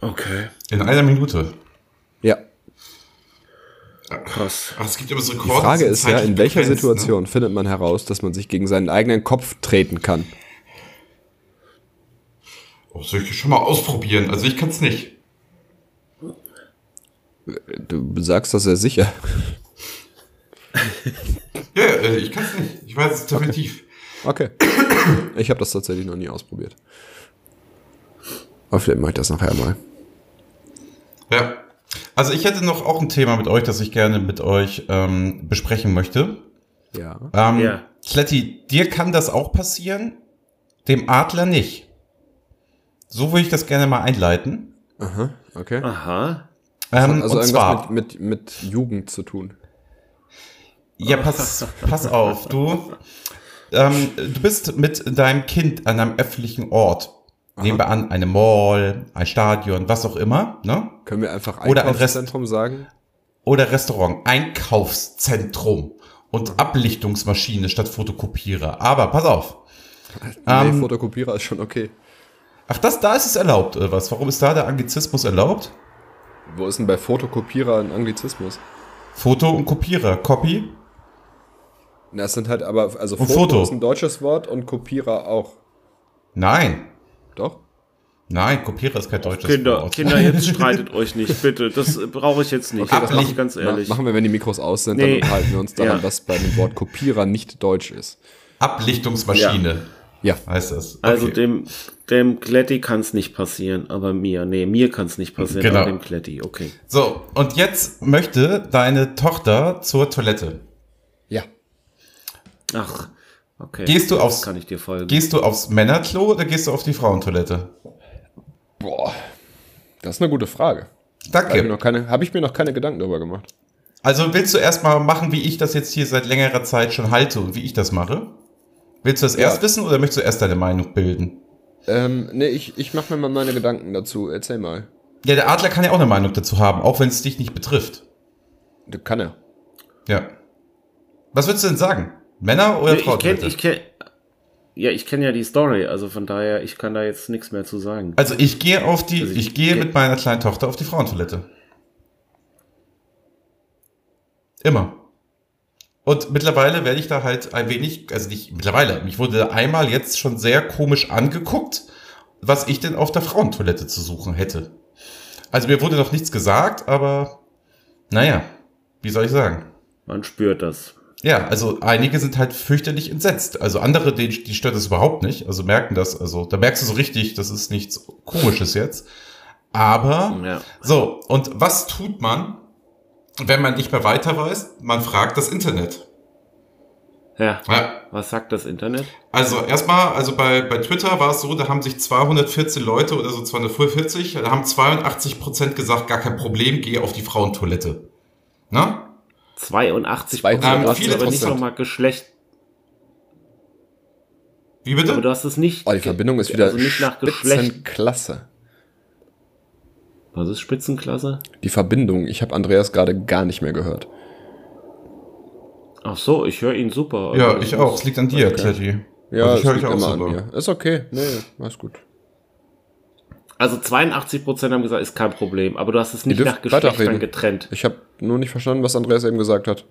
S4: okay.
S2: In einer Minute.
S3: Ja.
S4: Krass.
S2: Ach, es gibt immer so
S3: Die
S2: Rekorde.
S3: Frage
S2: die
S3: ist ja,
S2: zeitlich
S3: in welcher
S2: begrenzt, ne?
S3: Situation findet man heraus, dass man sich gegen seinen eigenen Kopf treten kann?
S2: Ne? Oh, soll ich schon mal ausprobieren? Also, ich kann es nicht.
S3: Du sagst das sehr sicher.
S2: Ja, ja, äh, ich kann es nicht. Ich weiß es definitiv.
S3: Okay. Ich habe das tatsächlich noch nie ausprobiert. Aber vielleicht mache ich das nachher mal.
S2: Ja. Also ich hätte noch auch ein Thema mit euch, das ich gerne mit euch ähm, besprechen möchte.
S3: Ja.
S2: Ähm,
S4: Ja.
S2: Kletti, dir kann das auch passieren, dem Adler nicht. So würde ich das gerne mal einleiten.
S3: Aha, okay.
S4: Aha.
S2: Ähm,
S3: also
S2: und
S3: irgendwas
S2: zwar,
S3: Mit, mit, mit Jugend zu tun.
S2: ja, pass, pass auf, du, ähm, du bist mit deinem Kind an einem öffentlichen Ort. Nehmen wir an, eine Mall, ein Stadion, was auch immer, ne?
S3: Können wir einfach
S2: Oder ein
S3: Einkaufszentrum sagen?
S2: oder Restaurant, Einkaufszentrum
S4: Mhm.
S2: und Ablichtungsmaschine statt Fotokopierer. Aber pass auf.
S3: nee,
S2: Ähm,
S3: Fotokopierer ist schon okay.
S2: ach, das da ist es erlaubt, oder was? Warum ist da der Anglizismus erlaubt?
S3: Wo ist denn bei Fotokopierer ein Anglizismus?
S2: Foto und Kopierer, Copy.
S3: Na, es sind halt aber, also
S2: Und
S3: Foto,
S2: Foto.
S3: ist ein deutsches Wort und Kopierer auch.
S2: Nein.
S3: Doch?
S2: Nein, Kopierer ist kein deutsches
S4: Kinder,
S2: Wort. [LAUGHS]
S4: Kinder, jetzt streitet euch nicht, bitte. Das äh, brauche ich jetzt nicht.
S2: Okay, das
S4: das mache
S2: mach-
S4: ich ganz ehrlich.
S3: Ma machen wir, wenn die Mikros aus sind,
S4: Nee.
S3: dann halten wir uns daran,
S4: Ja.
S3: dass bei dem Wort Kopierer nicht deutsch ist.
S2: Ablichtungsmaschine
S3: Ja.
S2: heißt das. Okay.
S4: Also dem, dem Kletti kann es nicht passieren, aber mir, nee, mir kann es nicht passieren,
S2: Genau.
S4: aber dem Kletti, okay.
S2: so, und jetzt möchte deine Tochter zur Toilette.
S3: Ja.
S4: Ach, okay.
S2: Gehst du aufs-
S4: Kann ich dir folgen.
S2: Gehst du aufs Männerklo oder gehst du auf die Frauentoilette?
S3: Boah. Das ist eine gute Frage. Habe ich,
S4: Äh,
S3: mir
S2: Danke.
S3: noch keine- hab ich mir noch keine Gedanken darüber gemacht.
S2: Also willst du erstmal machen, wie ich das jetzt hier seit längerer Zeit schon halte und wie ich das mache? Willst du das erst wissen oder möchtest du erst deine Meinung bilden?
S3: Ähm, nee, ich, ich mache mir mal meine Gedanken dazu. Erzähl mal.
S2: Ja, der Adler kann ja auch eine Meinung dazu haben, auch wenn es dich nicht betrifft.
S3: Du kann er.
S2: Ja. Was würdest du denn sagen? Männer oder
S4: Ja, ich kenne
S2: Frauentoilette?
S4: ich kenn, ja, ich kenn ja die Story, also von daher, ich kann da jetzt nichts mehr zu sagen.
S2: also ich gehe auf die,
S4: Also ich
S2: ich, gehe
S4: geh-
S2: mit meiner kleinen Tochter auf die Frauentoilette. Immer. Und mittlerweile werde ich da halt ein wenig, also nicht mittlerweile, mich wurde da einmal jetzt schon sehr komisch angeguckt, was ich denn auf der Frauentoilette zu suchen hätte. Also mir wurde noch nichts gesagt, aber naja, wie soll ich sagen?
S4: Man spürt das.
S2: Ja, also einige sind halt fürchterlich entsetzt. Also andere, denen, die stört das überhaupt nicht. Also merken das, also da merkst du so richtig, das ist nichts Komisches jetzt. Aber
S4: Ja.
S2: so, und was tut man, wenn man nicht mehr weiter weiß? Man fragt das Internet.
S4: Ja.
S2: Ja.
S4: Was sagt das Internet?
S2: Also erstmal, also bei, bei Twitter war es so, da haben sich 214 Leute oder so 245, da haben 82 Prozent gesagt, gar kein Problem, gehe auf die Frauentoilette. Ne?
S4: 82
S3: Ähm,
S4: Prozent.
S2: viele
S4: aber nicht
S3: Prozent.
S4: nochmal Geschlecht.
S2: Wie bitte?
S4: Aber du hast es nicht.
S3: Oh, die Verbindung ist wieder
S4: also nicht nach Geschlecht.
S3: Spitzenklasse.
S4: Was ist Spitzenklasse?
S3: Die Verbindung, ich habe Andreas gerade gar nicht mehr gehört.
S4: Ach so, ich höre ihn super. Also
S2: ja,
S4: das
S2: ich
S4: ist-
S2: auch. Es liegt an dir, Kletti.
S3: Ja,
S2: Also ich höre
S3: es
S2: dich
S3: liegt
S2: auch
S3: immer an
S2: super.
S3: mir. Ist okay. Nee, alles gut.
S4: Also 82 Prozent haben gesagt, ist kein Problem. Aber du hast es nicht
S3: dürft
S4: nach Geschlecht
S3: weiterreden.
S4: dann getrennt.
S3: Ich habe nur nicht verstanden, was Andreas eben gesagt hat.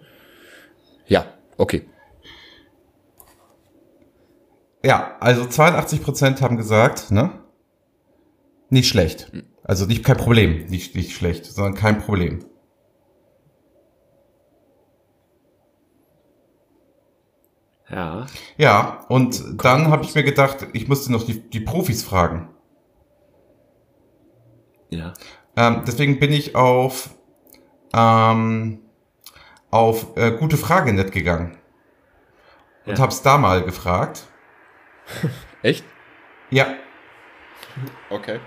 S3: Ja, okay.
S2: Ja, also 82 Prozent haben gesagt, ne? Nicht schlecht. Also nicht kein Problem, nicht, nicht schlecht, sondern kein Problem.
S4: Ja.
S2: Ja, und dann habe ich mir gedacht, ich musste noch die, die Profis fragen.
S4: Ja.
S2: Ähm, deswegen bin ich auf, ähm, auf äh, gute Frage.net gegangen und
S4: Ja.
S2: hab's da mal gefragt.
S3: Echt?
S2: Ja,
S3: Okay.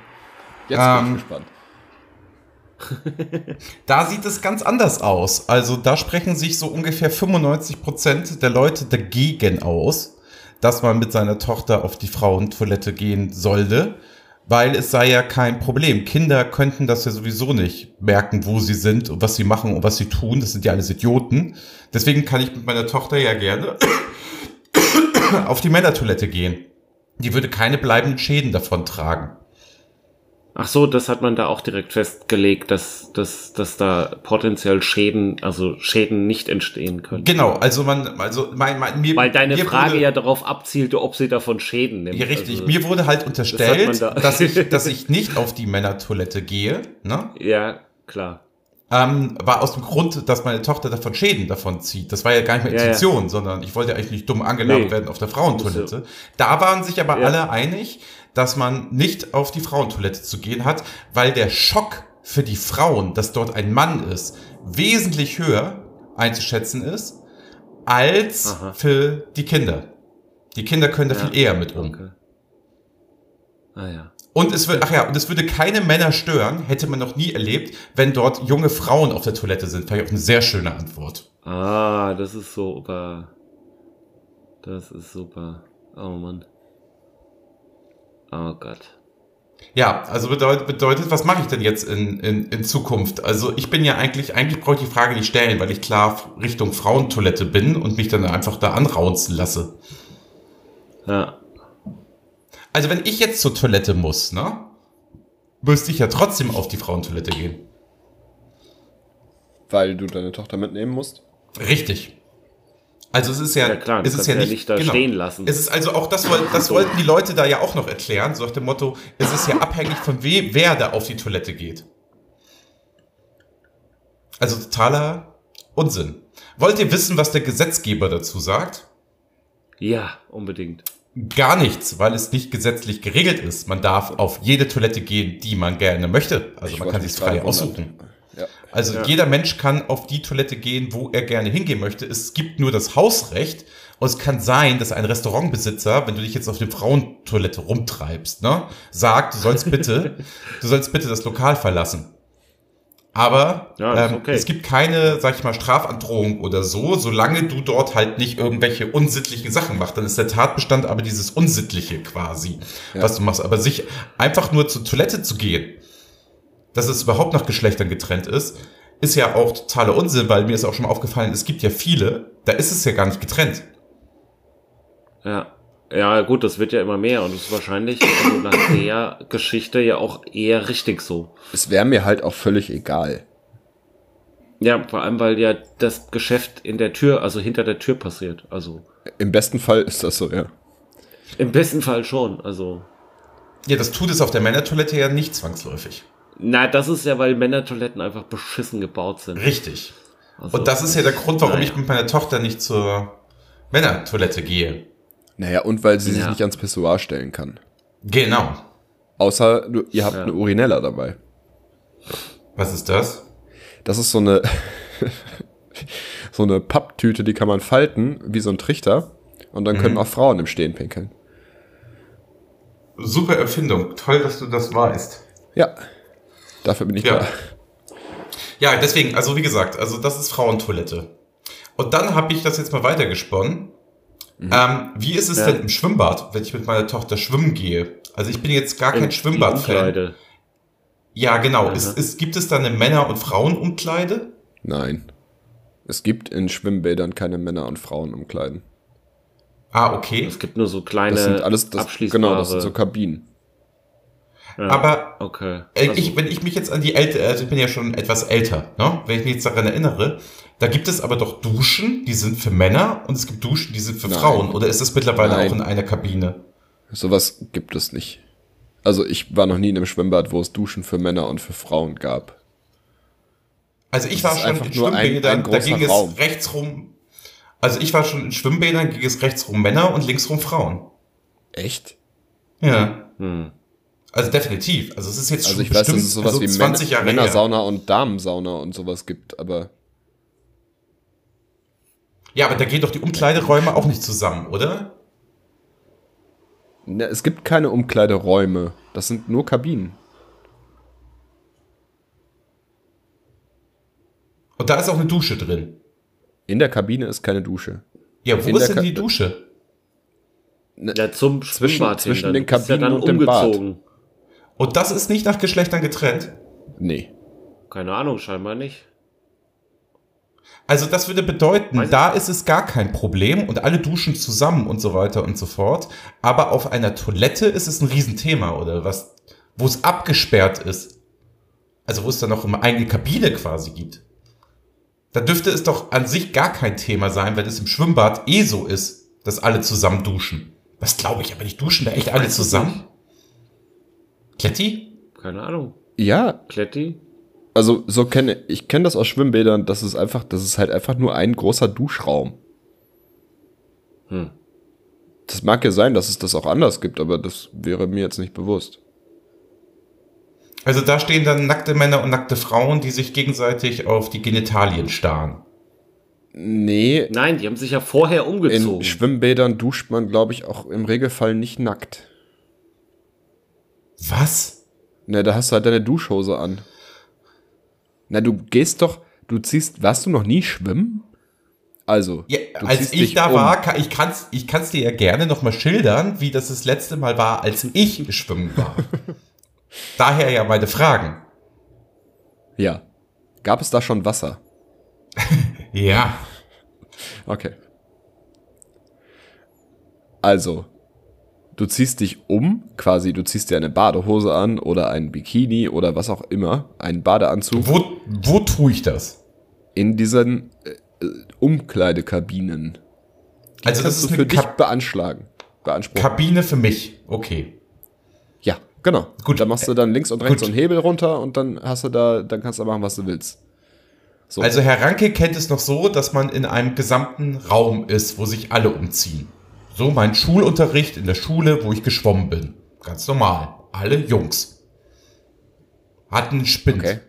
S2: Ähm,
S3: gespannt.
S2: da sieht es ganz anders aus. Also da sprechen sich so ungefähr 95% der Leute dagegen aus, dass man mit seiner Tochter auf die Frauentoilette gehen sollte, weil es sei ja kein Problem. Kinder könnten das ja sowieso nicht merken, wo sie sind und was sie machen und was sie tun. Das sind ja alles Idioten. Deswegen kann ich mit meiner Tochter ja gerne [COUGHS] auf die Männertoilette gehen. Die würde keine bleibenden Schäden davon tragen.
S4: Ach so, das hat man da auch direkt festgelegt, dass, dass, dass da potenziell Schäden, also Schäden nicht entstehen können.
S2: Genau, also man, also mein, mein, mir,
S4: Weil deine
S2: mir
S4: Frage
S2: wurde-
S4: ja darauf abzielte, ob sie davon Schäden nimmt.
S2: Ja, richtig.
S4: Also,
S2: Mir wurde halt unterstellt,
S4: Das hat man da-
S2: dass,
S4: [LAUGHS]
S2: ich, dass ich nicht auf die Männertoilette gehe. Ne?
S4: ja, klar.
S2: Ähm, war aus dem Grund, dass meine Tochter davon Schäden davon zieht. Das war ja gar nicht meine
S4: Ja, ja.
S2: Intention, sondern ich wollte eigentlich nicht dumm angelabert
S4: Nee.
S2: werden auf der Frauentoilette. Da waren sich aber
S4: Ja.
S2: alle einig, dass man nicht auf die Frauentoilette zu gehen hat, weil der Schock für die Frauen, dass dort ein Mann ist, wesentlich höher einzuschätzen ist, als
S4: Aha.
S2: für die Kinder. Die Kinder können da
S4: Ja.
S2: viel eher mit um.
S4: Okay. Ah ja.
S2: Und es würde, ach ja, und es würde keine Männer stören, hätte man noch nie erlebt, wenn dort junge Frauen auf der Toilette sind. Fand ich auch eine sehr schöne Antwort.
S4: Ah, das ist super. Das ist super. Oh Mann. Oh Gott.
S2: Ja, also bedeutet, bedeutet was mache ich denn jetzt in, in, in Zukunft? Also ich bin ja eigentlich, eigentlich brauche ich die Frage nicht stellen, weil ich klar Richtung Frauentoilette bin und mich dann einfach da anraunzen lasse.
S4: Ja.
S2: Also wenn ich jetzt zur Toilette muss, ne? Müsste ich ja trotzdem auf die Frauentoilette gehen.
S3: Weil du deine Tochter mitnehmen musst?
S2: Richtig. Also es ist ja,
S4: Ja klar, du
S2: es ist
S4: kannst
S2: ja
S4: ja
S2: nicht, genau.
S4: nicht da stehen lassen.
S2: Es ist also auch das, woll- das wollten die Leute da ja auch noch erklären, so nach dem Motto, es ist ja abhängig von wem, wer da auf die Toilette geht. Also totaler Unsinn. Wollt ihr wissen, was der Gesetzgeber dazu sagt?
S4: Ja, unbedingt.
S2: Gar nichts, weil es nicht gesetzlich geregelt ist. Man darf auf jede Toilette gehen, die man gerne möchte. Also
S3: Ich
S2: man
S3: wollte
S2: kann
S3: mich
S2: sich frei
S3: gerade wundern.
S2: aussuchen.
S3: Ja.
S2: Also
S4: Ja.
S2: jeder Mensch kann auf die Toilette gehen, wo er gerne hingehen möchte. Es gibt nur das Hausrecht. Und es kann sein, dass ein Restaurantbesitzer, wenn du dich jetzt auf der Frauentoilette rumtreibst, ne, sagt, du sollst
S4: [LAUGHS]
S2: bitte, du sollst bitte das Lokal verlassen. Aber
S4: Ja, das ist
S2: ähm,
S4: okay.
S2: es gibt keine, sag ich mal, Strafandrohung oder so, solange du dort halt nicht irgendwelche unsittlichen Sachen machst. Dann ist der Tatbestand aber dieses Unsittliche quasi,
S3: Ja.
S2: was du machst. Aber sich einfach nur zur Toilette zu gehen, dass es überhaupt nach Geschlechtern getrennt ist, ist ja auch totaler Unsinn, weil mir ist auch schon mal aufgefallen, es gibt ja viele, da ist es ja gar nicht getrennt.
S4: Ja. Ja, gut, das wird ja immer mehr und das ist wahrscheinlich also nach der Geschichte ja auch eher richtig so.
S3: Es wäre mir halt auch völlig egal.
S4: Ja, vor allem, weil ja das Geschäft in der Tür, also hinter der Tür passiert. Also
S3: Im besten Fall ist das so, ja.
S4: im besten Fall schon. Also,
S2: Ja, das tut es auf der Männertoilette ja nicht zwangsläufig.
S4: na, das ist ja, weil Männertoiletten einfach beschissen gebaut sind.
S2: Richtig.
S4: Also,
S2: Und das ist ja der Grund, warum
S4: naja.
S2: ich mit meiner Tochter nicht zur Männertoilette gehe.
S3: Naja, und weil sie sich
S4: Ja.
S3: nicht ans Pessoir stellen kann.
S2: Genau.
S3: Außer du, ihr habt eine Urinella dabei.
S2: Was ist das?
S3: Das ist so eine, [LAUGHS] so eine Papptüte, die kann man falten, wie so ein Trichter. Und dann
S4: Mhm.
S3: können auch Frauen im Stehen pinkeln.
S2: Super Erfindung. Toll, dass du das weißt.
S3: Ja. Dafür bin ich
S2: Ja.
S3: da.
S2: Ja, deswegen, also wie gesagt, also das ist Frauentoilette. Und dann habe ich das jetzt mal weitergesponnen. Ähm, wie ist es
S4: Mhm. Ja.
S2: denn im Schwimmbad, wenn ich mit meiner Tochter schwimmen gehe? Also ich bin jetzt gar kein
S4: Die
S2: Schwimmbad-Fan.
S4: Umkleide.
S2: Ja, genau. Es,
S4: Aha.
S2: es, gibt es da eine Männer- und Frauenumkleide?
S3: Nein. Es gibt in Schwimmbädern keine Männer und Frauen umkleiden.
S2: Ah, okay.
S4: Es gibt nur so kleine
S3: Das sind alles das,
S4: abschließbare.
S3: genau, das sind so Kabinen.
S4: ja.
S2: Aber
S4: okay.
S2: äh,
S4: Also,
S2: ich, wenn ich mich jetzt an die älter, also ich bin ja schon etwas älter, ne? wenn ich mich jetzt daran erinnere, da gibt es aber doch Duschen, die sind für Männer und es gibt Duschen, die sind für
S3: Nein.
S2: Frauen. Oder ist das mittlerweile
S3: Nein.
S2: auch in einer Kabine?
S3: Sowas gibt es nicht. Also ich war noch nie in einem Schwimmbad, wo es Duschen für Männer und für Frauen gab.
S2: Also ich
S3: Das
S2: war
S3: ist
S2: schon
S3: einfach
S2: in
S3: nur ein-
S2: Schwimmbädern,
S3: ein
S2: da
S3: großer
S2: ging es
S3: Raum.
S2: rechts rum. Also ich war schon in Schwimmbädern, ging es rechts rum Männer und links rum Frauen.
S3: Echt?
S2: Ja.
S4: hm.
S2: Also definitiv. Also es ist jetzt
S3: Mhm. Also
S2: schon
S3: ich weiß, dass
S2: bestimmt
S3: es sowas
S2: also
S3: wie
S2: 20
S3: Männer,
S2: Jahre her.
S3: Männersauna und Damensauna und sowas gibt, aber
S2: Ja, aber da gehen doch die Umkleideräume auch nicht zusammen, oder?
S3: ne, es gibt keine Umkleideräume. Das sind nur Kabinen.
S2: Und da ist auch eine Dusche drin.
S3: In der Kabine ist keine Dusche.
S2: Ja, wo
S3: In
S2: ist
S3: der
S2: denn
S3: Ka-
S2: die Dusche?
S4: Ja, zum
S3: Zwischen-
S4: Schwimmbad hin
S3: zwischen
S4: dann.
S3: den
S4: Das ist ja
S3: Kabinen
S4: dann
S3: und dem Bad.
S4: umgezogen.
S2: Und das ist nicht nach Geschlechtern getrennt.
S3: Nee.
S4: Keine Ahnung, scheinbar nicht.
S2: Also das würde bedeuten,
S4: Weiß ich
S2: da ist es gar kein Problem und alle duschen zusammen und so weiter und so fort. Aber auf einer Toilette ist es ein Riesenthema oder was, wo es abgesperrt ist. Also wo es dann noch eine eigene Kabine quasi gibt. Da dürfte es doch an sich gar kein Thema sein, wenn es im Schwimmbad eh so ist, dass alle zusammen duschen. Was glaube ich, aber nicht duschen da echt alle
S4: Weiß ich
S2: zusammen? Kletti?
S4: Keine Ahnung.
S3: Ja,
S4: Kletti?
S3: also so kenne ich kenne das aus Schwimmbädern, das ist einfach, das ist halt einfach nur ein großer Duschraum.
S4: Hm.
S3: Das mag ja sein, dass es das auch anders gibt, aber das wäre mir jetzt nicht bewusst.
S2: Also da stehen dann nackte Männer und nackte Frauen, die sich gegenseitig auf die Genitalien starren.
S3: Nee,
S4: Nein, die haben sich ja vorher
S3: in
S4: umgezogen.
S3: Schwimmbädern duscht man, glaube ich, auch im Regelfall nicht nackt.
S2: Was?
S3: Na, da hast du halt deine Duschhose an. Na, du gehst doch, du ziehst, warst du noch nie schwimmen? Also,
S2: Ja,
S3: du
S2: als
S3: ziehst
S2: ich
S3: dich
S2: da
S3: um.
S2: war, kann, ich kann's, ich kann's dir ja gerne nochmal schildern, wie das das letzte Mal war, als ich schwimmen
S3: [LAUGHS]
S2: war. Daher ja meine Fragen.
S3: Ja. Gab es da schon Wasser?
S2: Ja.
S3: Okay. Also, du ziehst dich um, quasi, du ziehst dir eine Badehose an oder einen Bikini oder was auch immer, einen Badeanzug
S2: Wo, wo tue ich das?
S3: in diesen äh, äh, Umkleidekabinen.
S2: Also das
S3: Kannst
S2: ist
S3: du für
S2: eine
S3: dich
S2: Ka
S3: beanschlagen. Beanspruchen.
S2: Kabine für mich. Okay.
S3: ja, genau.
S2: Gut.
S3: Gut. Da machst du dann links und rechts
S2: Gut.
S3: so einen Hebel runter und dann hast du da, dann kannst du machen, was du willst. So.
S2: Also Herr Ranke kennt es noch so, dass man in einem gesamten Raum ist, wo sich alle umziehen. So mein Schulunterricht in der Schule, wo ich geschwommen bin. Ganz normal. Alle Jungs. Hatten einen Spind.
S3: okay.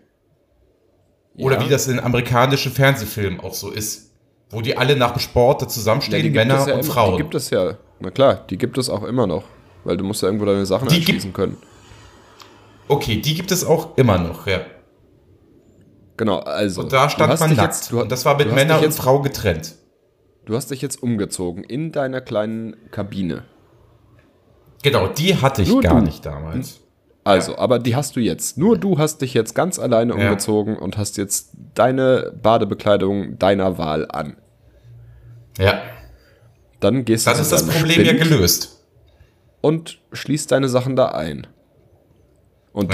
S2: Oder
S3: Ja.
S2: wie das in amerikanischen Fernsehfilmen auch so ist. Wo die alle nach dem Sport da
S3: Ja,
S2: zusammenstehen,
S3: die gibt
S2: Männer
S3: es ja
S2: und
S3: immer,
S2: Frauen.
S3: Die gibt es ja. Na klar, die gibt es auch immer noch. Weil du musst ja irgendwo deine Sachen
S2: Die gibt-
S3: anschließen können.
S2: okay, die gibt es auch immer noch, ja.
S3: Genau, also.
S2: Und da
S3: du
S2: stand
S3: hast
S2: man
S3: dich
S2: nackt.
S3: Jetzt, du,
S2: und das war mit
S3: du hast
S2: Männer
S3: dich
S2: und
S3: jetzt,
S2: Frau getrennt.
S3: Du hast dich jetzt umgezogen in deiner kleinen Kabine.
S2: Genau, die hatte ich
S3: Nur
S2: gar
S3: du.
S2: nicht damals.
S3: Also, aber die hast du jetzt. Nur du hast dich jetzt ganz alleine
S2: Ja.
S3: umgezogen und hast jetzt deine Badebekleidung deiner Wahl an.
S2: Ja,
S3: Dann gehst
S2: dann
S3: du
S2: ist
S3: zu
S2: das
S3: deinem
S2: Problem ja
S3: Spind
S2: gelöst.
S3: und schließt deine Sachen da ein. Und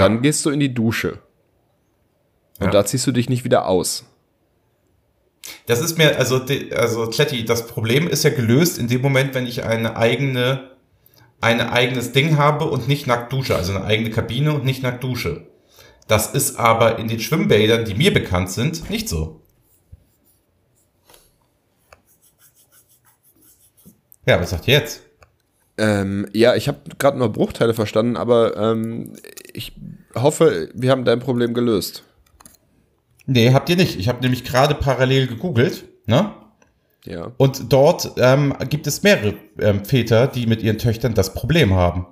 S2: Ja.
S3: dann gehst du in die Dusche. Und
S2: Ja.
S3: da ziehst du dich nicht wieder aus.
S2: Das ist mir, also, die- also Kletti, das Problem ist ja gelöst in dem Moment, wenn ich eine eigene, ein eigenes Ding habe und nicht nackt dusche, also eine eigene Kabine und nicht nackt dusche. Das ist aber in den Schwimmbädern, die mir bekannt sind, nicht so. Ja, was sagt ihr jetzt?
S3: Ähm, ja, ich habe gerade nur Bruchteile verstanden, aber ähm, ich hoffe, wir haben dein Problem gelöst.
S2: Nee, habt ihr nicht. Ich habe nämlich gerade parallel gegoogelt Ne?
S3: Ja.
S2: Und dort ähm, gibt es mehrere ähm, Väter, die mit ihren Töchtern das Problem haben.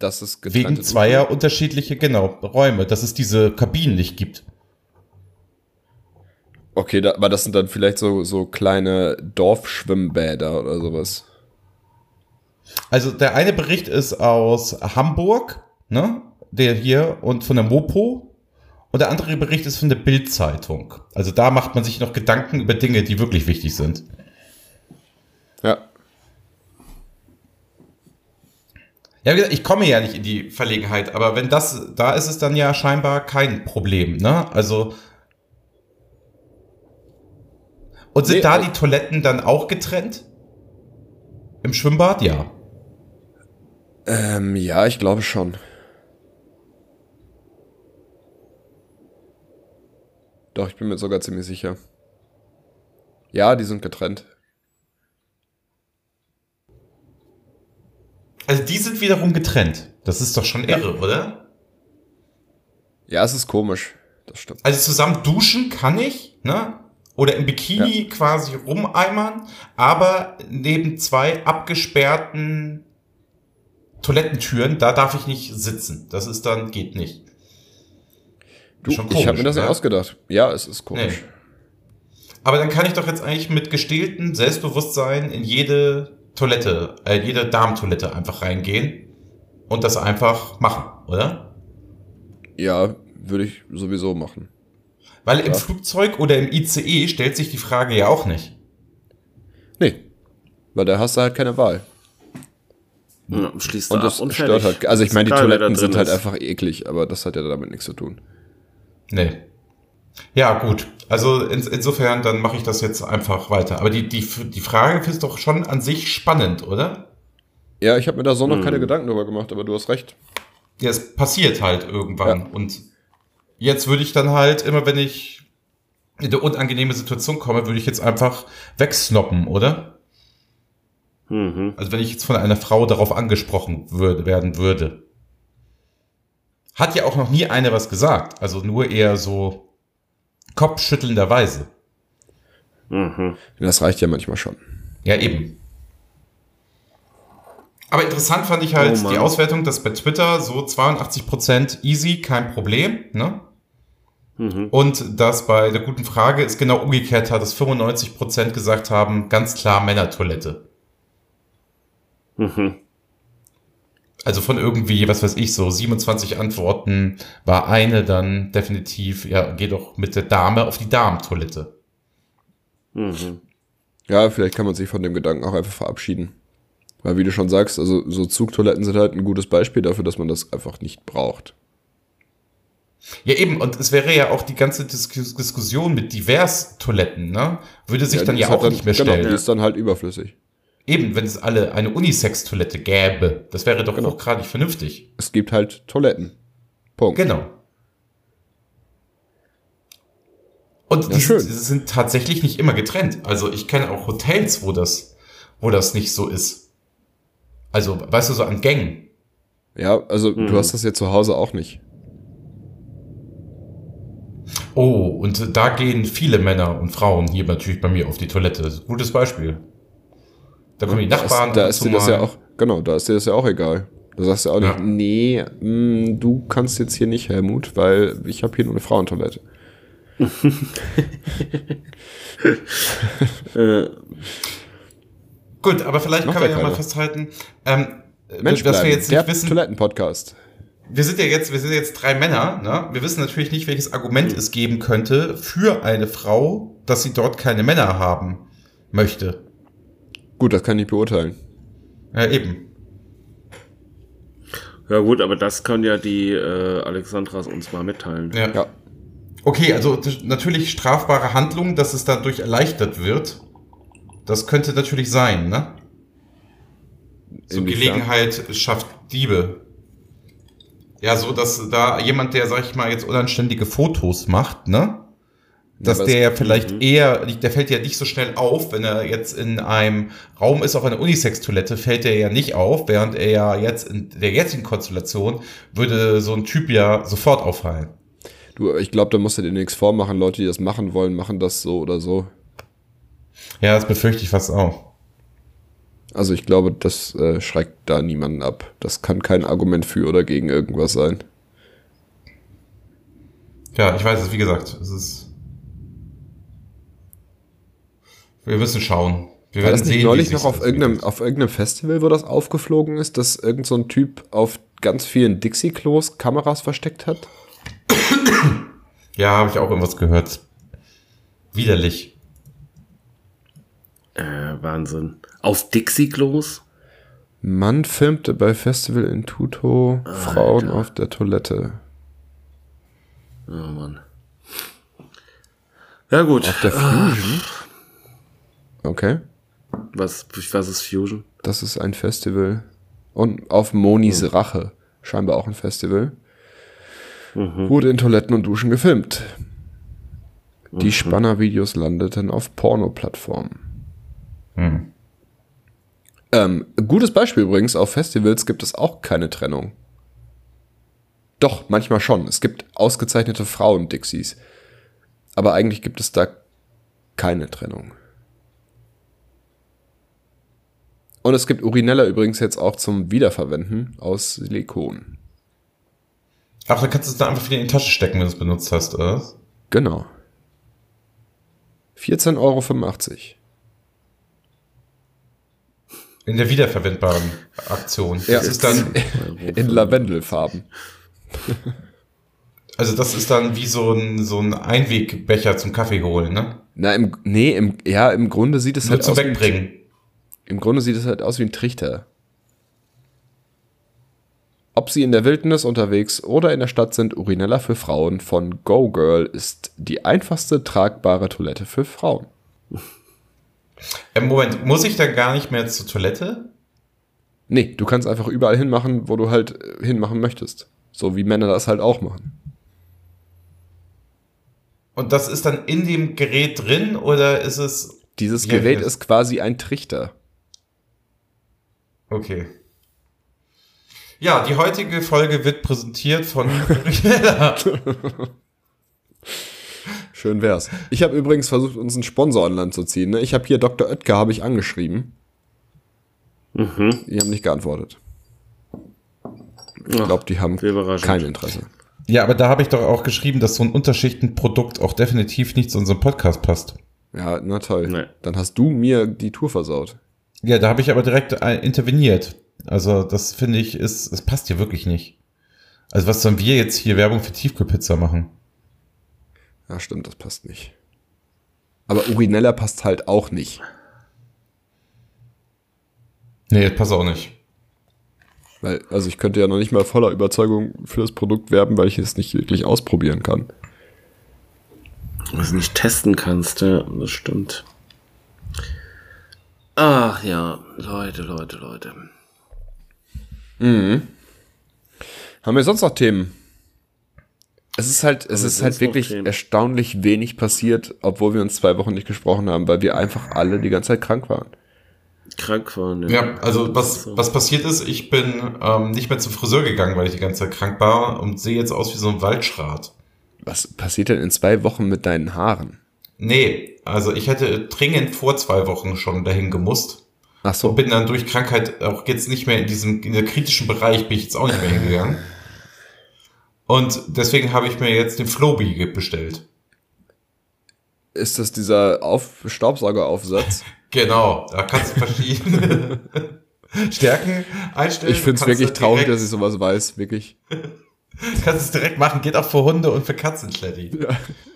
S3: Das ist
S2: Wegen zweier unterschiedliche, genau, Räume, dass es diese Kabinen nicht gibt.
S3: Okay, da, aber das sind dann vielleicht so, so kleine Dorfschwimmbäder oder sowas.
S2: Also der eine Bericht ist aus Hamburg, ne? Der hier und von der Mopo. Und der andere Bericht ist von der Bild-Zeitung. Also da macht man sich noch Gedanken über Dinge, die wirklich wichtig sind.
S3: Ja.
S2: Ja, wie gesagt, ich komme ja nicht in die Verlegenheit, aber wenn das, da ist es dann ja scheinbar kein Problem, ne? Also. Und sind
S3: Nee,
S2: da
S3: äh-
S2: die Toiletten dann auch getrennt? Im Schwimmbad? Ja.
S3: Ähm, ja, ich glaube schon. Doch, ich bin mir sogar ziemlich sicher. Ja, die sind getrennt.
S2: Also die sind wiederum getrennt. Das ist doch schon irre, oder?
S3: Ja, es ist komisch. Das stimmt.
S2: Also zusammen duschen kann ich, ne? Oder im Bikini quasi rumeimern, aber neben zwei abgesperrten Toilettentüren, da darf ich nicht sitzen. Das ist dann, geht nicht.
S3: Du,
S2: schon
S3: ich habe
S2: komisch,
S3: mir das
S2: ne?
S3: nicht ausgedacht. Ja, es ist komisch.
S2: Aber dann kann ich doch jetzt eigentlich mit gestähltem Selbstbewusstsein in jede Toilette, äh, jede Darmtoilette einfach reingehen und das einfach machen, oder?
S3: Ja, würde ich sowieso machen.
S2: Weil im
S3: Ja.
S2: Flugzeug oder im ICE stellt sich die Frage ja auch nicht.
S3: Nee. Weil da hast du halt keine Wahl.
S4: Ja, schließt
S3: Und
S4: du ab
S3: das
S4: und
S3: stört
S4: fertig.
S3: halt. Also ich
S4: Ist
S3: meine, die
S4: egal, wer da
S3: Toiletten
S4: drin
S3: sind halt
S4: ist.
S3: einfach eklig, aber das hat ja damit nichts zu tun.
S2: Nee. Ja, gut. Also in, insofern, dann mache ich das jetzt einfach weiter. Aber die, die, die Frage ist doch schon an sich spannend, oder?
S3: Ja, ich habe mir da so noch
S2: Hm.
S3: keine Gedanken drüber gemacht, aber du hast recht.
S2: Ja, es passiert halt irgendwann. Und jetzt würde ich dann halt, immer wenn ich in eine unangenehme Situation komme, würde ich jetzt einfach wegsnoppen, oder?
S4: Mhm.
S2: Also wenn ich jetzt von einer Frau darauf angesprochen würde, werden würde. Hat ja auch noch nie eine was gesagt. Also nur eher so kopfschüttelnderweise.
S4: Mhm.
S3: Das reicht ja manchmal schon.
S2: Ja, eben. Aber interessant fand ich halt
S4: Oh Mann.
S2: die Auswertung, dass bei Twitter so 82% easy, kein Problem, ne?
S4: Mhm.
S2: Und dass bei der guten Frage es genau umgekehrt hat, dass 95% gesagt haben, ganz klar Männertoilette.
S4: Mhm.
S2: Also von irgendwie, was weiß ich, so 27 Antworten war eine dann definitiv, ja, geh doch mit der Dame auf die Damentoilette.
S4: Mhm.
S3: Ja, vielleicht kann man sich von dem Gedanken auch einfach verabschieden. Weil wie du schon sagst, also so Zugtoiletten sind halt ein gutes Beispiel dafür, dass man das einfach nicht braucht.
S2: Ja, eben, und es wäre ja auch die ganze Dis Diskussion mit divers Toiletten, ne? Würde sich dann
S3: die
S2: ja
S3: ist halt
S2: auch nicht mehr
S3: genau,
S2: stellen.
S3: Die ist dann halt überflüssig.
S2: Eben, wenn es alle eine Unisex-Toilette gäbe, das wäre doch
S3: Genau.
S2: hochgradig vernünftig.
S3: Es gibt halt Toiletten. Punkt.
S2: Genau. Und
S3: Ja,
S2: die,
S3: schön.
S2: sind, die sind tatsächlich nicht immer getrennt. Also ich kenne auch Hotels, wo das, wo das nicht so ist. Also, weißt du, so an Gängen.
S3: Ja, also
S4: Mhm.
S3: du hast das ja zu Hause auch nicht.
S2: Oh, und da gehen viele Männer und Frauen hier natürlich bei mir auf die Toilette. Das ist ein Gutes Beispiel. Da kommen die Nachbarn.
S3: Da
S2: ab
S3: ist, da ist
S2: und zu
S3: dir das ja
S2: mal.
S3: auch, genau, da ist dir das ja auch egal. Da sagst du auch
S2: Ja.
S3: nicht, nee, mm, du kannst jetzt hier nicht, Helmut, weil ich habe hier nur eine Frauentoilette.
S4: Äh,
S2: Gut, aber vielleicht
S3: Macht
S2: kann man
S3: ja
S2: ja mal
S3: keiner.
S2: festhalten, ähm,
S3: Mensch,
S2: dass
S3: bleiben,
S2: wir jetzt
S3: der
S2: nicht wissen,
S3: Toilettenpodcast.
S2: wir sind ja jetzt, wir sind jetzt drei Männer, ne? Wir wissen natürlich nicht, welches Argument es geben könnte für eine Frau, dass sie dort keine Männer haben möchte.
S3: Gut, das kann ich beurteilen.
S2: Ja, eben.
S4: ja gut, aber das kann ja die äh, Alexandras uns mal mitteilen.
S2: Ja.
S3: Ja.
S2: Okay, also t- natürlich strafbare Handlung, dass es dadurch erleichtert wird. Das könnte natürlich sein, ne? So
S3: Inwiefern?
S2: Gelegenheit schafft Diebe. Ja, so dass da jemand, der, sag ich mal, jetzt unanständige Fotos macht, ne? Dass
S3: aber
S2: der
S3: es- Mhm.
S2: ja vielleicht eher, der fällt ja nicht so schnell auf, wenn er jetzt in einem Raum ist, auf einer Unisex-Toilette, fällt er ja nicht auf, während er ja jetzt in der jetzigen Konstellation würde so ein Typ ja sofort auffallen.
S3: Du, ich glaube, da musst du dir nichts vormachen. Leute, die das machen wollen, machen das so oder so.
S2: Ja, das befürchte ich fast auch.
S3: Also ich glaube, das äh, schreckt da niemanden ab. Das kann kein Argument für oder gegen irgendwas sein.
S2: Ja, ich weiß es, wie gesagt, es ist. Wir müssen schauen. Wir
S3: War das nicht neulich
S2: wie
S3: noch
S2: sich
S3: auf
S2: das
S3: irgendeinem,
S2: entwickelt.
S3: auf irgendeinem Festival, wo das aufgeflogen ist, dass irgendein so ein Typ auf ganz vielen Dixie-Klos Kameras versteckt hat?
S2: Ja, habe ich auch irgendwas gehört. Widerlich.
S4: Äh, Wahnsinn. Auf Dixie-Klos?
S3: Mann filmte bei Festival in Tuto Frauen auf der Toilette.
S4: Oh Mann. Ja gut.
S3: Auf der Fusion? Okay.
S4: Was, was ist Fusion?
S3: Das ist ein Festival. Und auf Monis Rache, scheinbar auch ein Festival, wurde in Toiletten und Duschen gefilmt. Die Spanner-Videos landeten auf Porno-Plattformen.
S2: Hm.
S3: Ähm, gutes Beispiel übrigens, auf Festivals gibt es auch keine Trennung. Doch, manchmal schon. Es gibt ausgezeichnete Frauen-Dixies. Aber eigentlich gibt es da keine Trennung. Und es gibt Urinella übrigens jetzt auch zum Wiederverwenden aus Silikon.
S2: Ach, dann kannst du es da einfach wieder in die Tasche stecken, wenn du es benutzt hast, oder? was?
S3: Genau. 14,85 Euro.
S2: In der wiederverwendbaren Aktion.
S3: Ja.
S2: Das ist dann,
S3: In Lavendelfarben.
S2: also das ist dann wie so ein, so ein Einwegbecher zum Kaffee holen, ne?
S3: Na, im, nee, im, ja, im Grunde sieht es
S2: Nur
S3: halt
S2: zum
S3: aus. wie-
S2: Wegbringen.
S3: Im Grunde sieht es halt aus wie ein Trichter. Ob sie in der Wildnis unterwegs oder in der Stadt sind, Urinella für Frauen von Go Girl ist die einfachste tragbare Toilette für Frauen.
S2: Äh, Moment, muss ich dann gar nicht mehr zur Toilette?
S3: Nee, du kannst einfach überall hinmachen, wo du halt äh, hinmachen möchtest. So wie Männer das halt auch machen.
S2: Und das ist dann in dem Gerät drin oder ist es.
S3: Dieses
S2: Ja,
S3: Gerät
S2: das-
S3: ist quasi ein Trichter.
S2: Okay. Ja, die heutige Folge wird präsentiert von [LAUGHS] Rieller.
S3: Schön wär's. Ich habe übrigens versucht, uns einen Sponsor an Land zu ziehen. Ne? Ich habe hier Dr. Oetker habe ich angeschrieben.
S4: Mhm.
S3: Die haben nicht geantwortet. Ich
S4: Ach,
S3: glaube, die haben
S4: wie überraschend.
S3: kein Interesse.
S2: Ja, aber da habe ich doch auch geschrieben, dass so ein Unterschichtenprodukt auch definitiv nicht zu unserem Podcast passt.
S3: Ja, na toll.
S4: Nee.
S3: Dann hast du mir die Tour versaut.
S2: Ja, da habe ich aber direkt äh, interveniert. Also das finde ich, ist, es passt hier wirklich nicht. Also was sollen wir jetzt hier Werbung für Tiefkühlpizza machen?
S3: Ja, stimmt, das passt nicht. Aber Urinella passt halt auch nicht.
S2: Nee, das passt auch nicht.
S3: Weil, also ich könnte ja noch nicht mal voller Überzeugung für das Produkt werben, weil ich es nicht wirklich ausprobieren kann.
S4: Was du nicht testen kannst, ja, das stimmt. Ach ja, Leute, Leute, Leute.
S3: Haben wir sonst noch Themen? Es ist halt, es
S4: wir
S3: ist halt
S4: sonst noch
S3: wirklich
S4: Themen?
S3: erstaunlich wenig passiert, obwohl wir uns zwei Wochen nicht gesprochen haben, weil wir einfach alle die ganze Zeit krank waren.
S4: Krank waren.
S2: Ja, also was, was passiert ist, ich bin ähm, nicht mehr zum Friseur gegangen, weil ich die ganze Zeit krank war und sehe jetzt aus wie so ein Waldschrat.
S3: Was passiert denn in zwei Wochen mit deinen Haaren?
S2: Nee, also ich hätte dringend vor zwei Wochen schon dahin gemusst.
S3: Ach so,
S2: Bin dann durch Krankheit auch jetzt nicht mehr in diesem in der kritischen Bereich, bin ich jetzt auch nicht mehr hingegangen. Und deswegen habe ich mir jetzt den Flobi bestellt.
S3: ist das dieser Auf Staubsaugeraufsatz?
S2: Genau, da kannst du verschiedene [LAUGHS] Stärken einstellen.
S3: Ich finde es
S2: Kannst
S3: wirklich
S2: du
S3: traurig, dass
S2: direkt,
S3: ich sowas weiß, wirklich.
S2: Kannst es direkt machen, geht auch für Hunde und für Katzen, Schletti.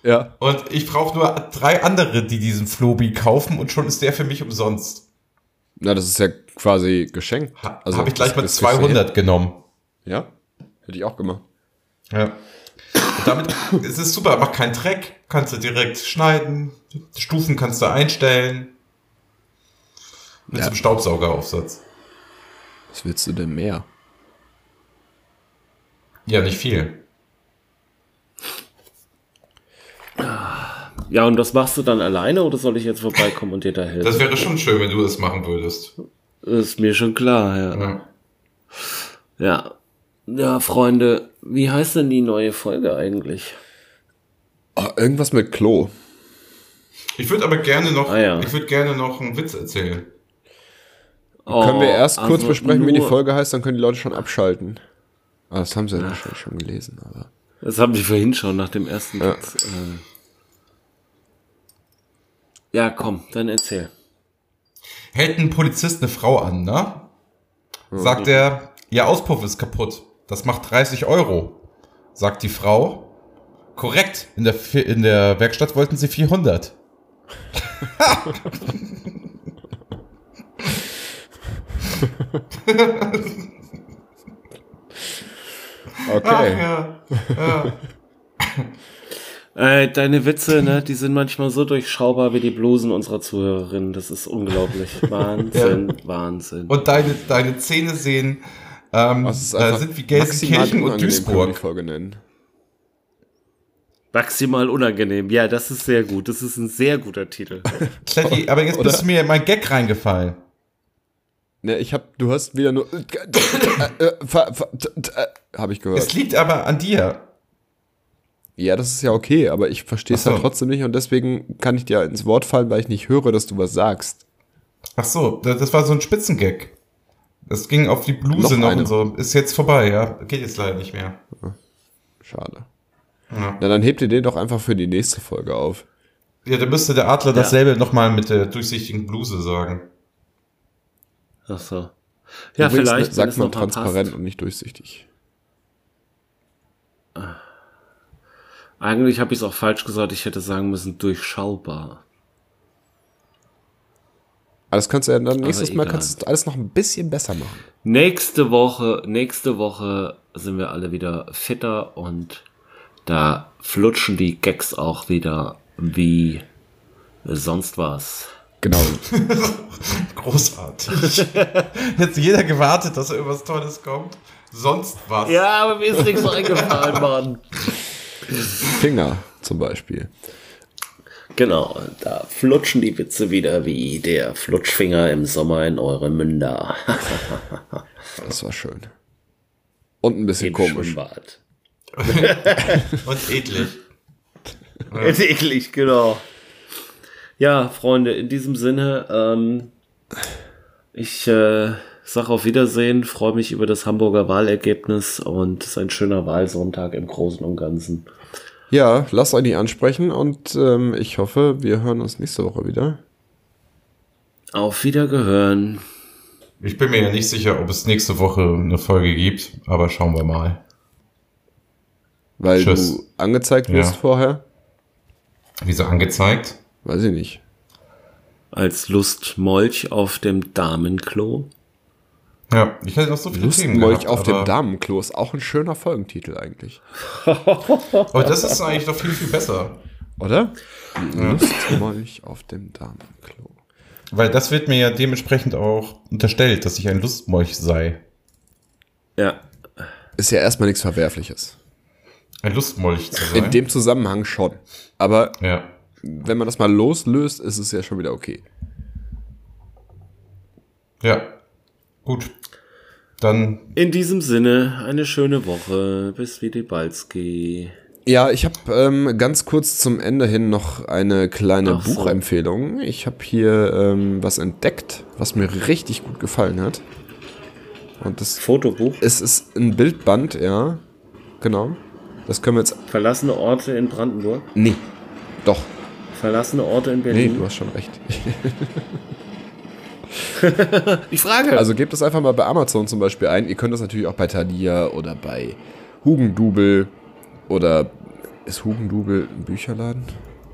S3: Ja,
S2: Und ich brauche nur drei andere, die diesen Flobi kaufen und schon ist der für mich umsonst.
S3: na, das ist ja quasi geschenkt.
S2: Ha, also habe ich
S3: das-
S2: gleich mal
S3: das kriegst du hin.
S2: 200 genommen.
S3: Ja, hätte ich auch gemacht.
S2: Ja. Und damit es ist super, macht keinen Dreck, kannst du direkt schneiden, Stufen kannst du einstellen. Mit
S3: Ja.
S2: so einem Staubsaugeraufsatz.
S3: Was willst du denn mehr?
S2: Ja, nicht viel.
S4: Ja, und das machst du dann alleine oder soll ich jetzt vorbeikommen und dir da helfen?
S2: Das wäre schon schön, wenn du das machen würdest.
S4: ist mir schon klar, ja.
S2: Ja.
S4: Ja. Ja, Freunde, wie heißt denn die neue Folge eigentlich?
S3: Oh, irgendwas mit Klo.
S2: Ich würde aber gerne noch,
S4: Ah, ja.
S2: ich würde gerne noch einen Witz erzählen.
S3: Können wir erst
S4: Oh,
S3: kurz
S4: also
S3: besprechen, wie die
S4: nur-
S3: Folge heißt, dann können die Leute schon abschalten. Ah, das haben sie ja wahrscheinlich schon gelesen, aber.
S4: Das haben wir vorhin schon nach dem ersten
S3: Ja.
S4: Witz. ähm. Ja, komm, dann erzähl.
S2: Hält ein Polizist eine Frau an, ne? Sagt er, ihr Auspuff ist kaputt. Das macht 30 Euro. Sagt die Frau, korrekt. In der, Fi- in der Werkstatt wollten sie 400.
S3: Okay.
S2: Ah, ja.
S4: Äh, deine Witze, ne, die sind manchmal so durchschaubar wie die Blusen unserer Zuhörerinnen. Das ist unglaublich. [LAUGHS] Wahnsinn, Wahnsinn.
S2: Und deine, deine Zähne sehen, ähm,
S3: Das ist
S2: da
S3: einfach
S2: sind wie
S3: maximal
S2: Gelsenkirchen und
S3: unangenehm, können wir
S2: Duisburg.
S3: Die Folge nennen.
S4: Maximal unangenehm. Ja, das ist sehr gut. Das ist ein sehr guter Titel.
S2: Kletti, aber jetzt bist du mir in mein Gag reingefallen.
S3: Ne, ich hab, du hast wieder nur. Äh, äh, ver- ver- t- t- äh, Hab ich
S2: Es
S3: gehört.
S2: liegt aber an dir.
S3: Ja, das ist ja okay, aber ich verstehe es
S2: Ach so.
S3: halt trotzdem nicht und deswegen kann ich dir ins Wort fallen, weil ich nicht höre, dass du was sagst.
S2: Ach so, da- das war so ein Spitzengag. Das ging auf die Bluse
S3: Noch
S2: noch,
S3: eine.
S2: und so. Ist jetzt vorbei, ja. Geht jetzt leider nicht mehr.
S3: Schade.
S2: Ja.
S3: Na, dann hebt ihr den doch einfach für die nächste Folge auf.
S2: Ja, da müsste der Adler dasselbe nochmal mit der durchsichtigen Bluse sagen.
S4: Ach so. Ja,
S3: Übrigens, ne,
S4: vielleicht. wenn
S3: Sagt
S4: es
S3: man
S4: noch mal
S3: transparent
S4: passt.
S3: und nicht durchsichtig.
S4: Eigentlich habe ich es auch falsch gesagt. Ich hätte sagen müssen, durchschaubar.
S3: Aber das kannst du ja dann nächstes Mal
S4: egal.
S3: kannst du alles noch ein bisschen besser machen.
S4: Nächste Woche, nächste Woche sind wir alle wieder fitter und da flutschen die Gags auch wieder wie sonst was.
S3: Genau.
S2: Großartig. [LAUGHS] Hätte jeder gewartet, dass irgendwas Tolles kommt. Sonst was.
S4: Ja, aber mir ist nichts eingefallen, Mann.
S3: Finger zum Beispiel.
S4: Genau, da flutschen die Witze wieder wie der Flutschfinger im Sommer in eure Münder.
S3: Das war schön. Und ein bisschen
S4: Im
S3: komisch.
S4: Schwimmbad.
S2: Und eklig.
S4: Eklig, genau. Ja, Freunde, in diesem Sinne, ähm, ich äh, sage auf Wiedersehen, freue mich über das Hamburger Wahlergebnis und es ist ein schöner Wahlsonntag im Großen und Ganzen.
S3: Ja, lasst euch nicht ansprechen und ähm, ich hoffe, wir hören uns nächste Woche wieder.
S4: Auf Wiedergehören.
S2: Ich bin mir ja nicht sicher, ob es nächste Woche eine Folge gibt, aber schauen wir mal.
S3: Weil
S2: Tschüss.
S3: du angezeigt
S2: Ja.
S3: wirst vorher.
S2: Wieso angezeigt?
S3: Weiß ich nicht.
S4: Als Lustmolch auf dem Damenklo.
S2: Ja, ich hätte noch so viele Themen
S3: Lustmolch
S2: gehabt,
S3: um auf dem
S2: aber-
S3: Damenklo ist auch ein schöner Folgentitel eigentlich.
S2: Aber das ist eigentlich doch viel, viel besser.
S3: Oder? Lustmolch um auf dem Damenklo.
S2: Weil das wird mir ja dementsprechend auch unterstellt, dass ich ein Lustmolch sei.
S4: Ja,
S3: Ist ja erstmal nichts Verwerfliches.
S2: Ein Lustmolch zu sein.
S3: In dem Zusammenhang schon. Aber
S2: ja.
S3: wenn man das mal loslöst, ist es ja schon wieder okay.
S2: Ja. Gut. Dann
S4: in diesem Sinne, eine schöne Woche. Bis wieder Balski.
S3: Ja, ich habe ähm, ganz kurz zum Ende hin noch eine kleine
S4: Ach so.
S3: Buchempfehlung. Ich habe hier ähm, was entdeckt, was mir richtig gut gefallen hat. Und das,
S4: Fotobuch.
S3: es ist ein Bildband, ja. Genau. Das können wir jetzt.
S4: Verlassene Orte in Brandenburg.
S3: Nee. Doch.
S4: Verlassene Orte in
S3: Nee,
S4: Berlin.
S3: du hast schon recht.
S4: Die Frage.
S3: Also gebt das einfach mal bei Amazon zum Beispiel ein. Ihr könnt das natürlich auch bei Thalia oder bei Hugendubel oder ist Hugendubel ein Bücherladen?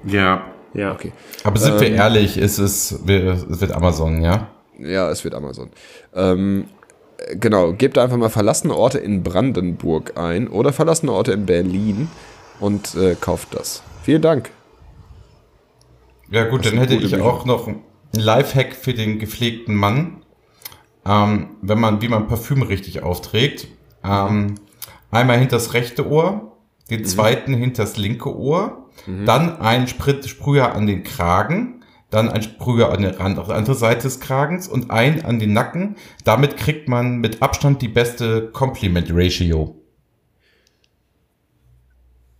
S2: ja.
S4: ja.
S3: Okay.
S2: Aber sind wir ehrlich, ist es, wir, es wird Amazon, ja?
S3: Ja, es wird Amazon. Ähm, äh, genau, gebt da einfach mal verlassene Orte in Brandenburg ein oder verlassene Orte in Berlin und äh, kauft das. Vielen Dank.
S2: Ja gut,
S3: Das
S2: dann
S3: sind
S2: hätte
S3: gute
S2: ich
S3: Bücher.
S2: auch noch einen Lifehack für den gepflegten Mann. Ähm, wenn man, wie man Parfüm richtig aufträgt. Ähm, einmal hinters rechte Ohr,
S4: Mhm.
S2: den zweiten hinters linke Ohr, dann ein Sprit Sprüher an den Kragen, dann ein Sprüher an den Rand auf der anderen Seite des Kragens und ein an den Nacken. Damit kriegt man mit Abstand die beste Compliment Ratio.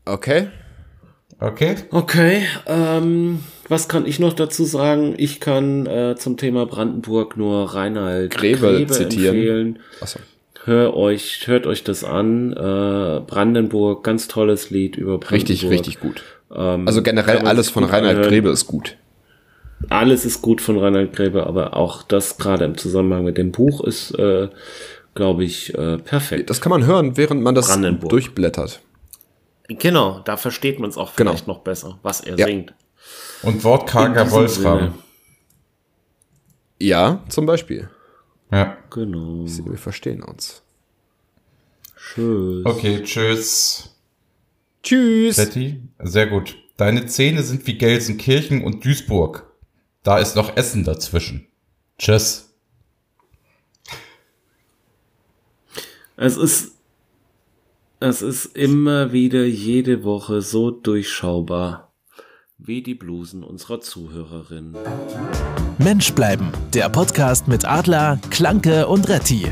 S3: Okay.
S2: Okay.
S4: Okay, ähm, was kann ich noch dazu sagen? Ich kann äh, zum Thema Brandenburg nur Reinhard
S3: Grebe zitieren.
S4: empfehlen.
S3: Achso.
S4: Hör euch, hört euch das an. Äh, Brandenburg, ganz tolles Lied über Brandenburg.
S3: Richtig, richtig gut.
S4: Ähm,
S3: Also generell
S4: kann man
S3: alles
S4: sich
S3: von
S4: gut
S3: Reinhard
S4: anhören.
S3: Grebe ist gut.
S4: Alles ist gut von Reinhard Grebe, aber auch das gerade im Zusammenhang mit dem Buch ist, äh, glaube ich, äh, perfekt.
S3: Das kann man hören, während man das
S4: Brandenburg.
S3: durchblättert.
S4: genau, da versteht man es auch
S3: Genau.
S4: vielleicht noch besser, was er
S3: Ja.
S4: singt.
S2: Und
S4: In
S2: wortkarger
S4: diesem
S2: Wolfram.
S4: Sinne.
S3: Ja, zum Beispiel.
S2: Ja.
S4: Genau.
S3: Wir verstehen uns.
S4: Tschüss.
S2: Okay, tschüss.
S3: Tschüss.
S2: Betty, sehr gut. Deine Zähne sind wie Gelsenkirchen und Duisburg. Da ist noch Essen dazwischen. Tschüss.
S4: Es ist, es ist immer wieder jede Woche so durchschaubar wie die Blusen unserer Zuhörerinnen.
S1: Mensch bleiben. Der Podcast mit Adler, Klanke und Retti.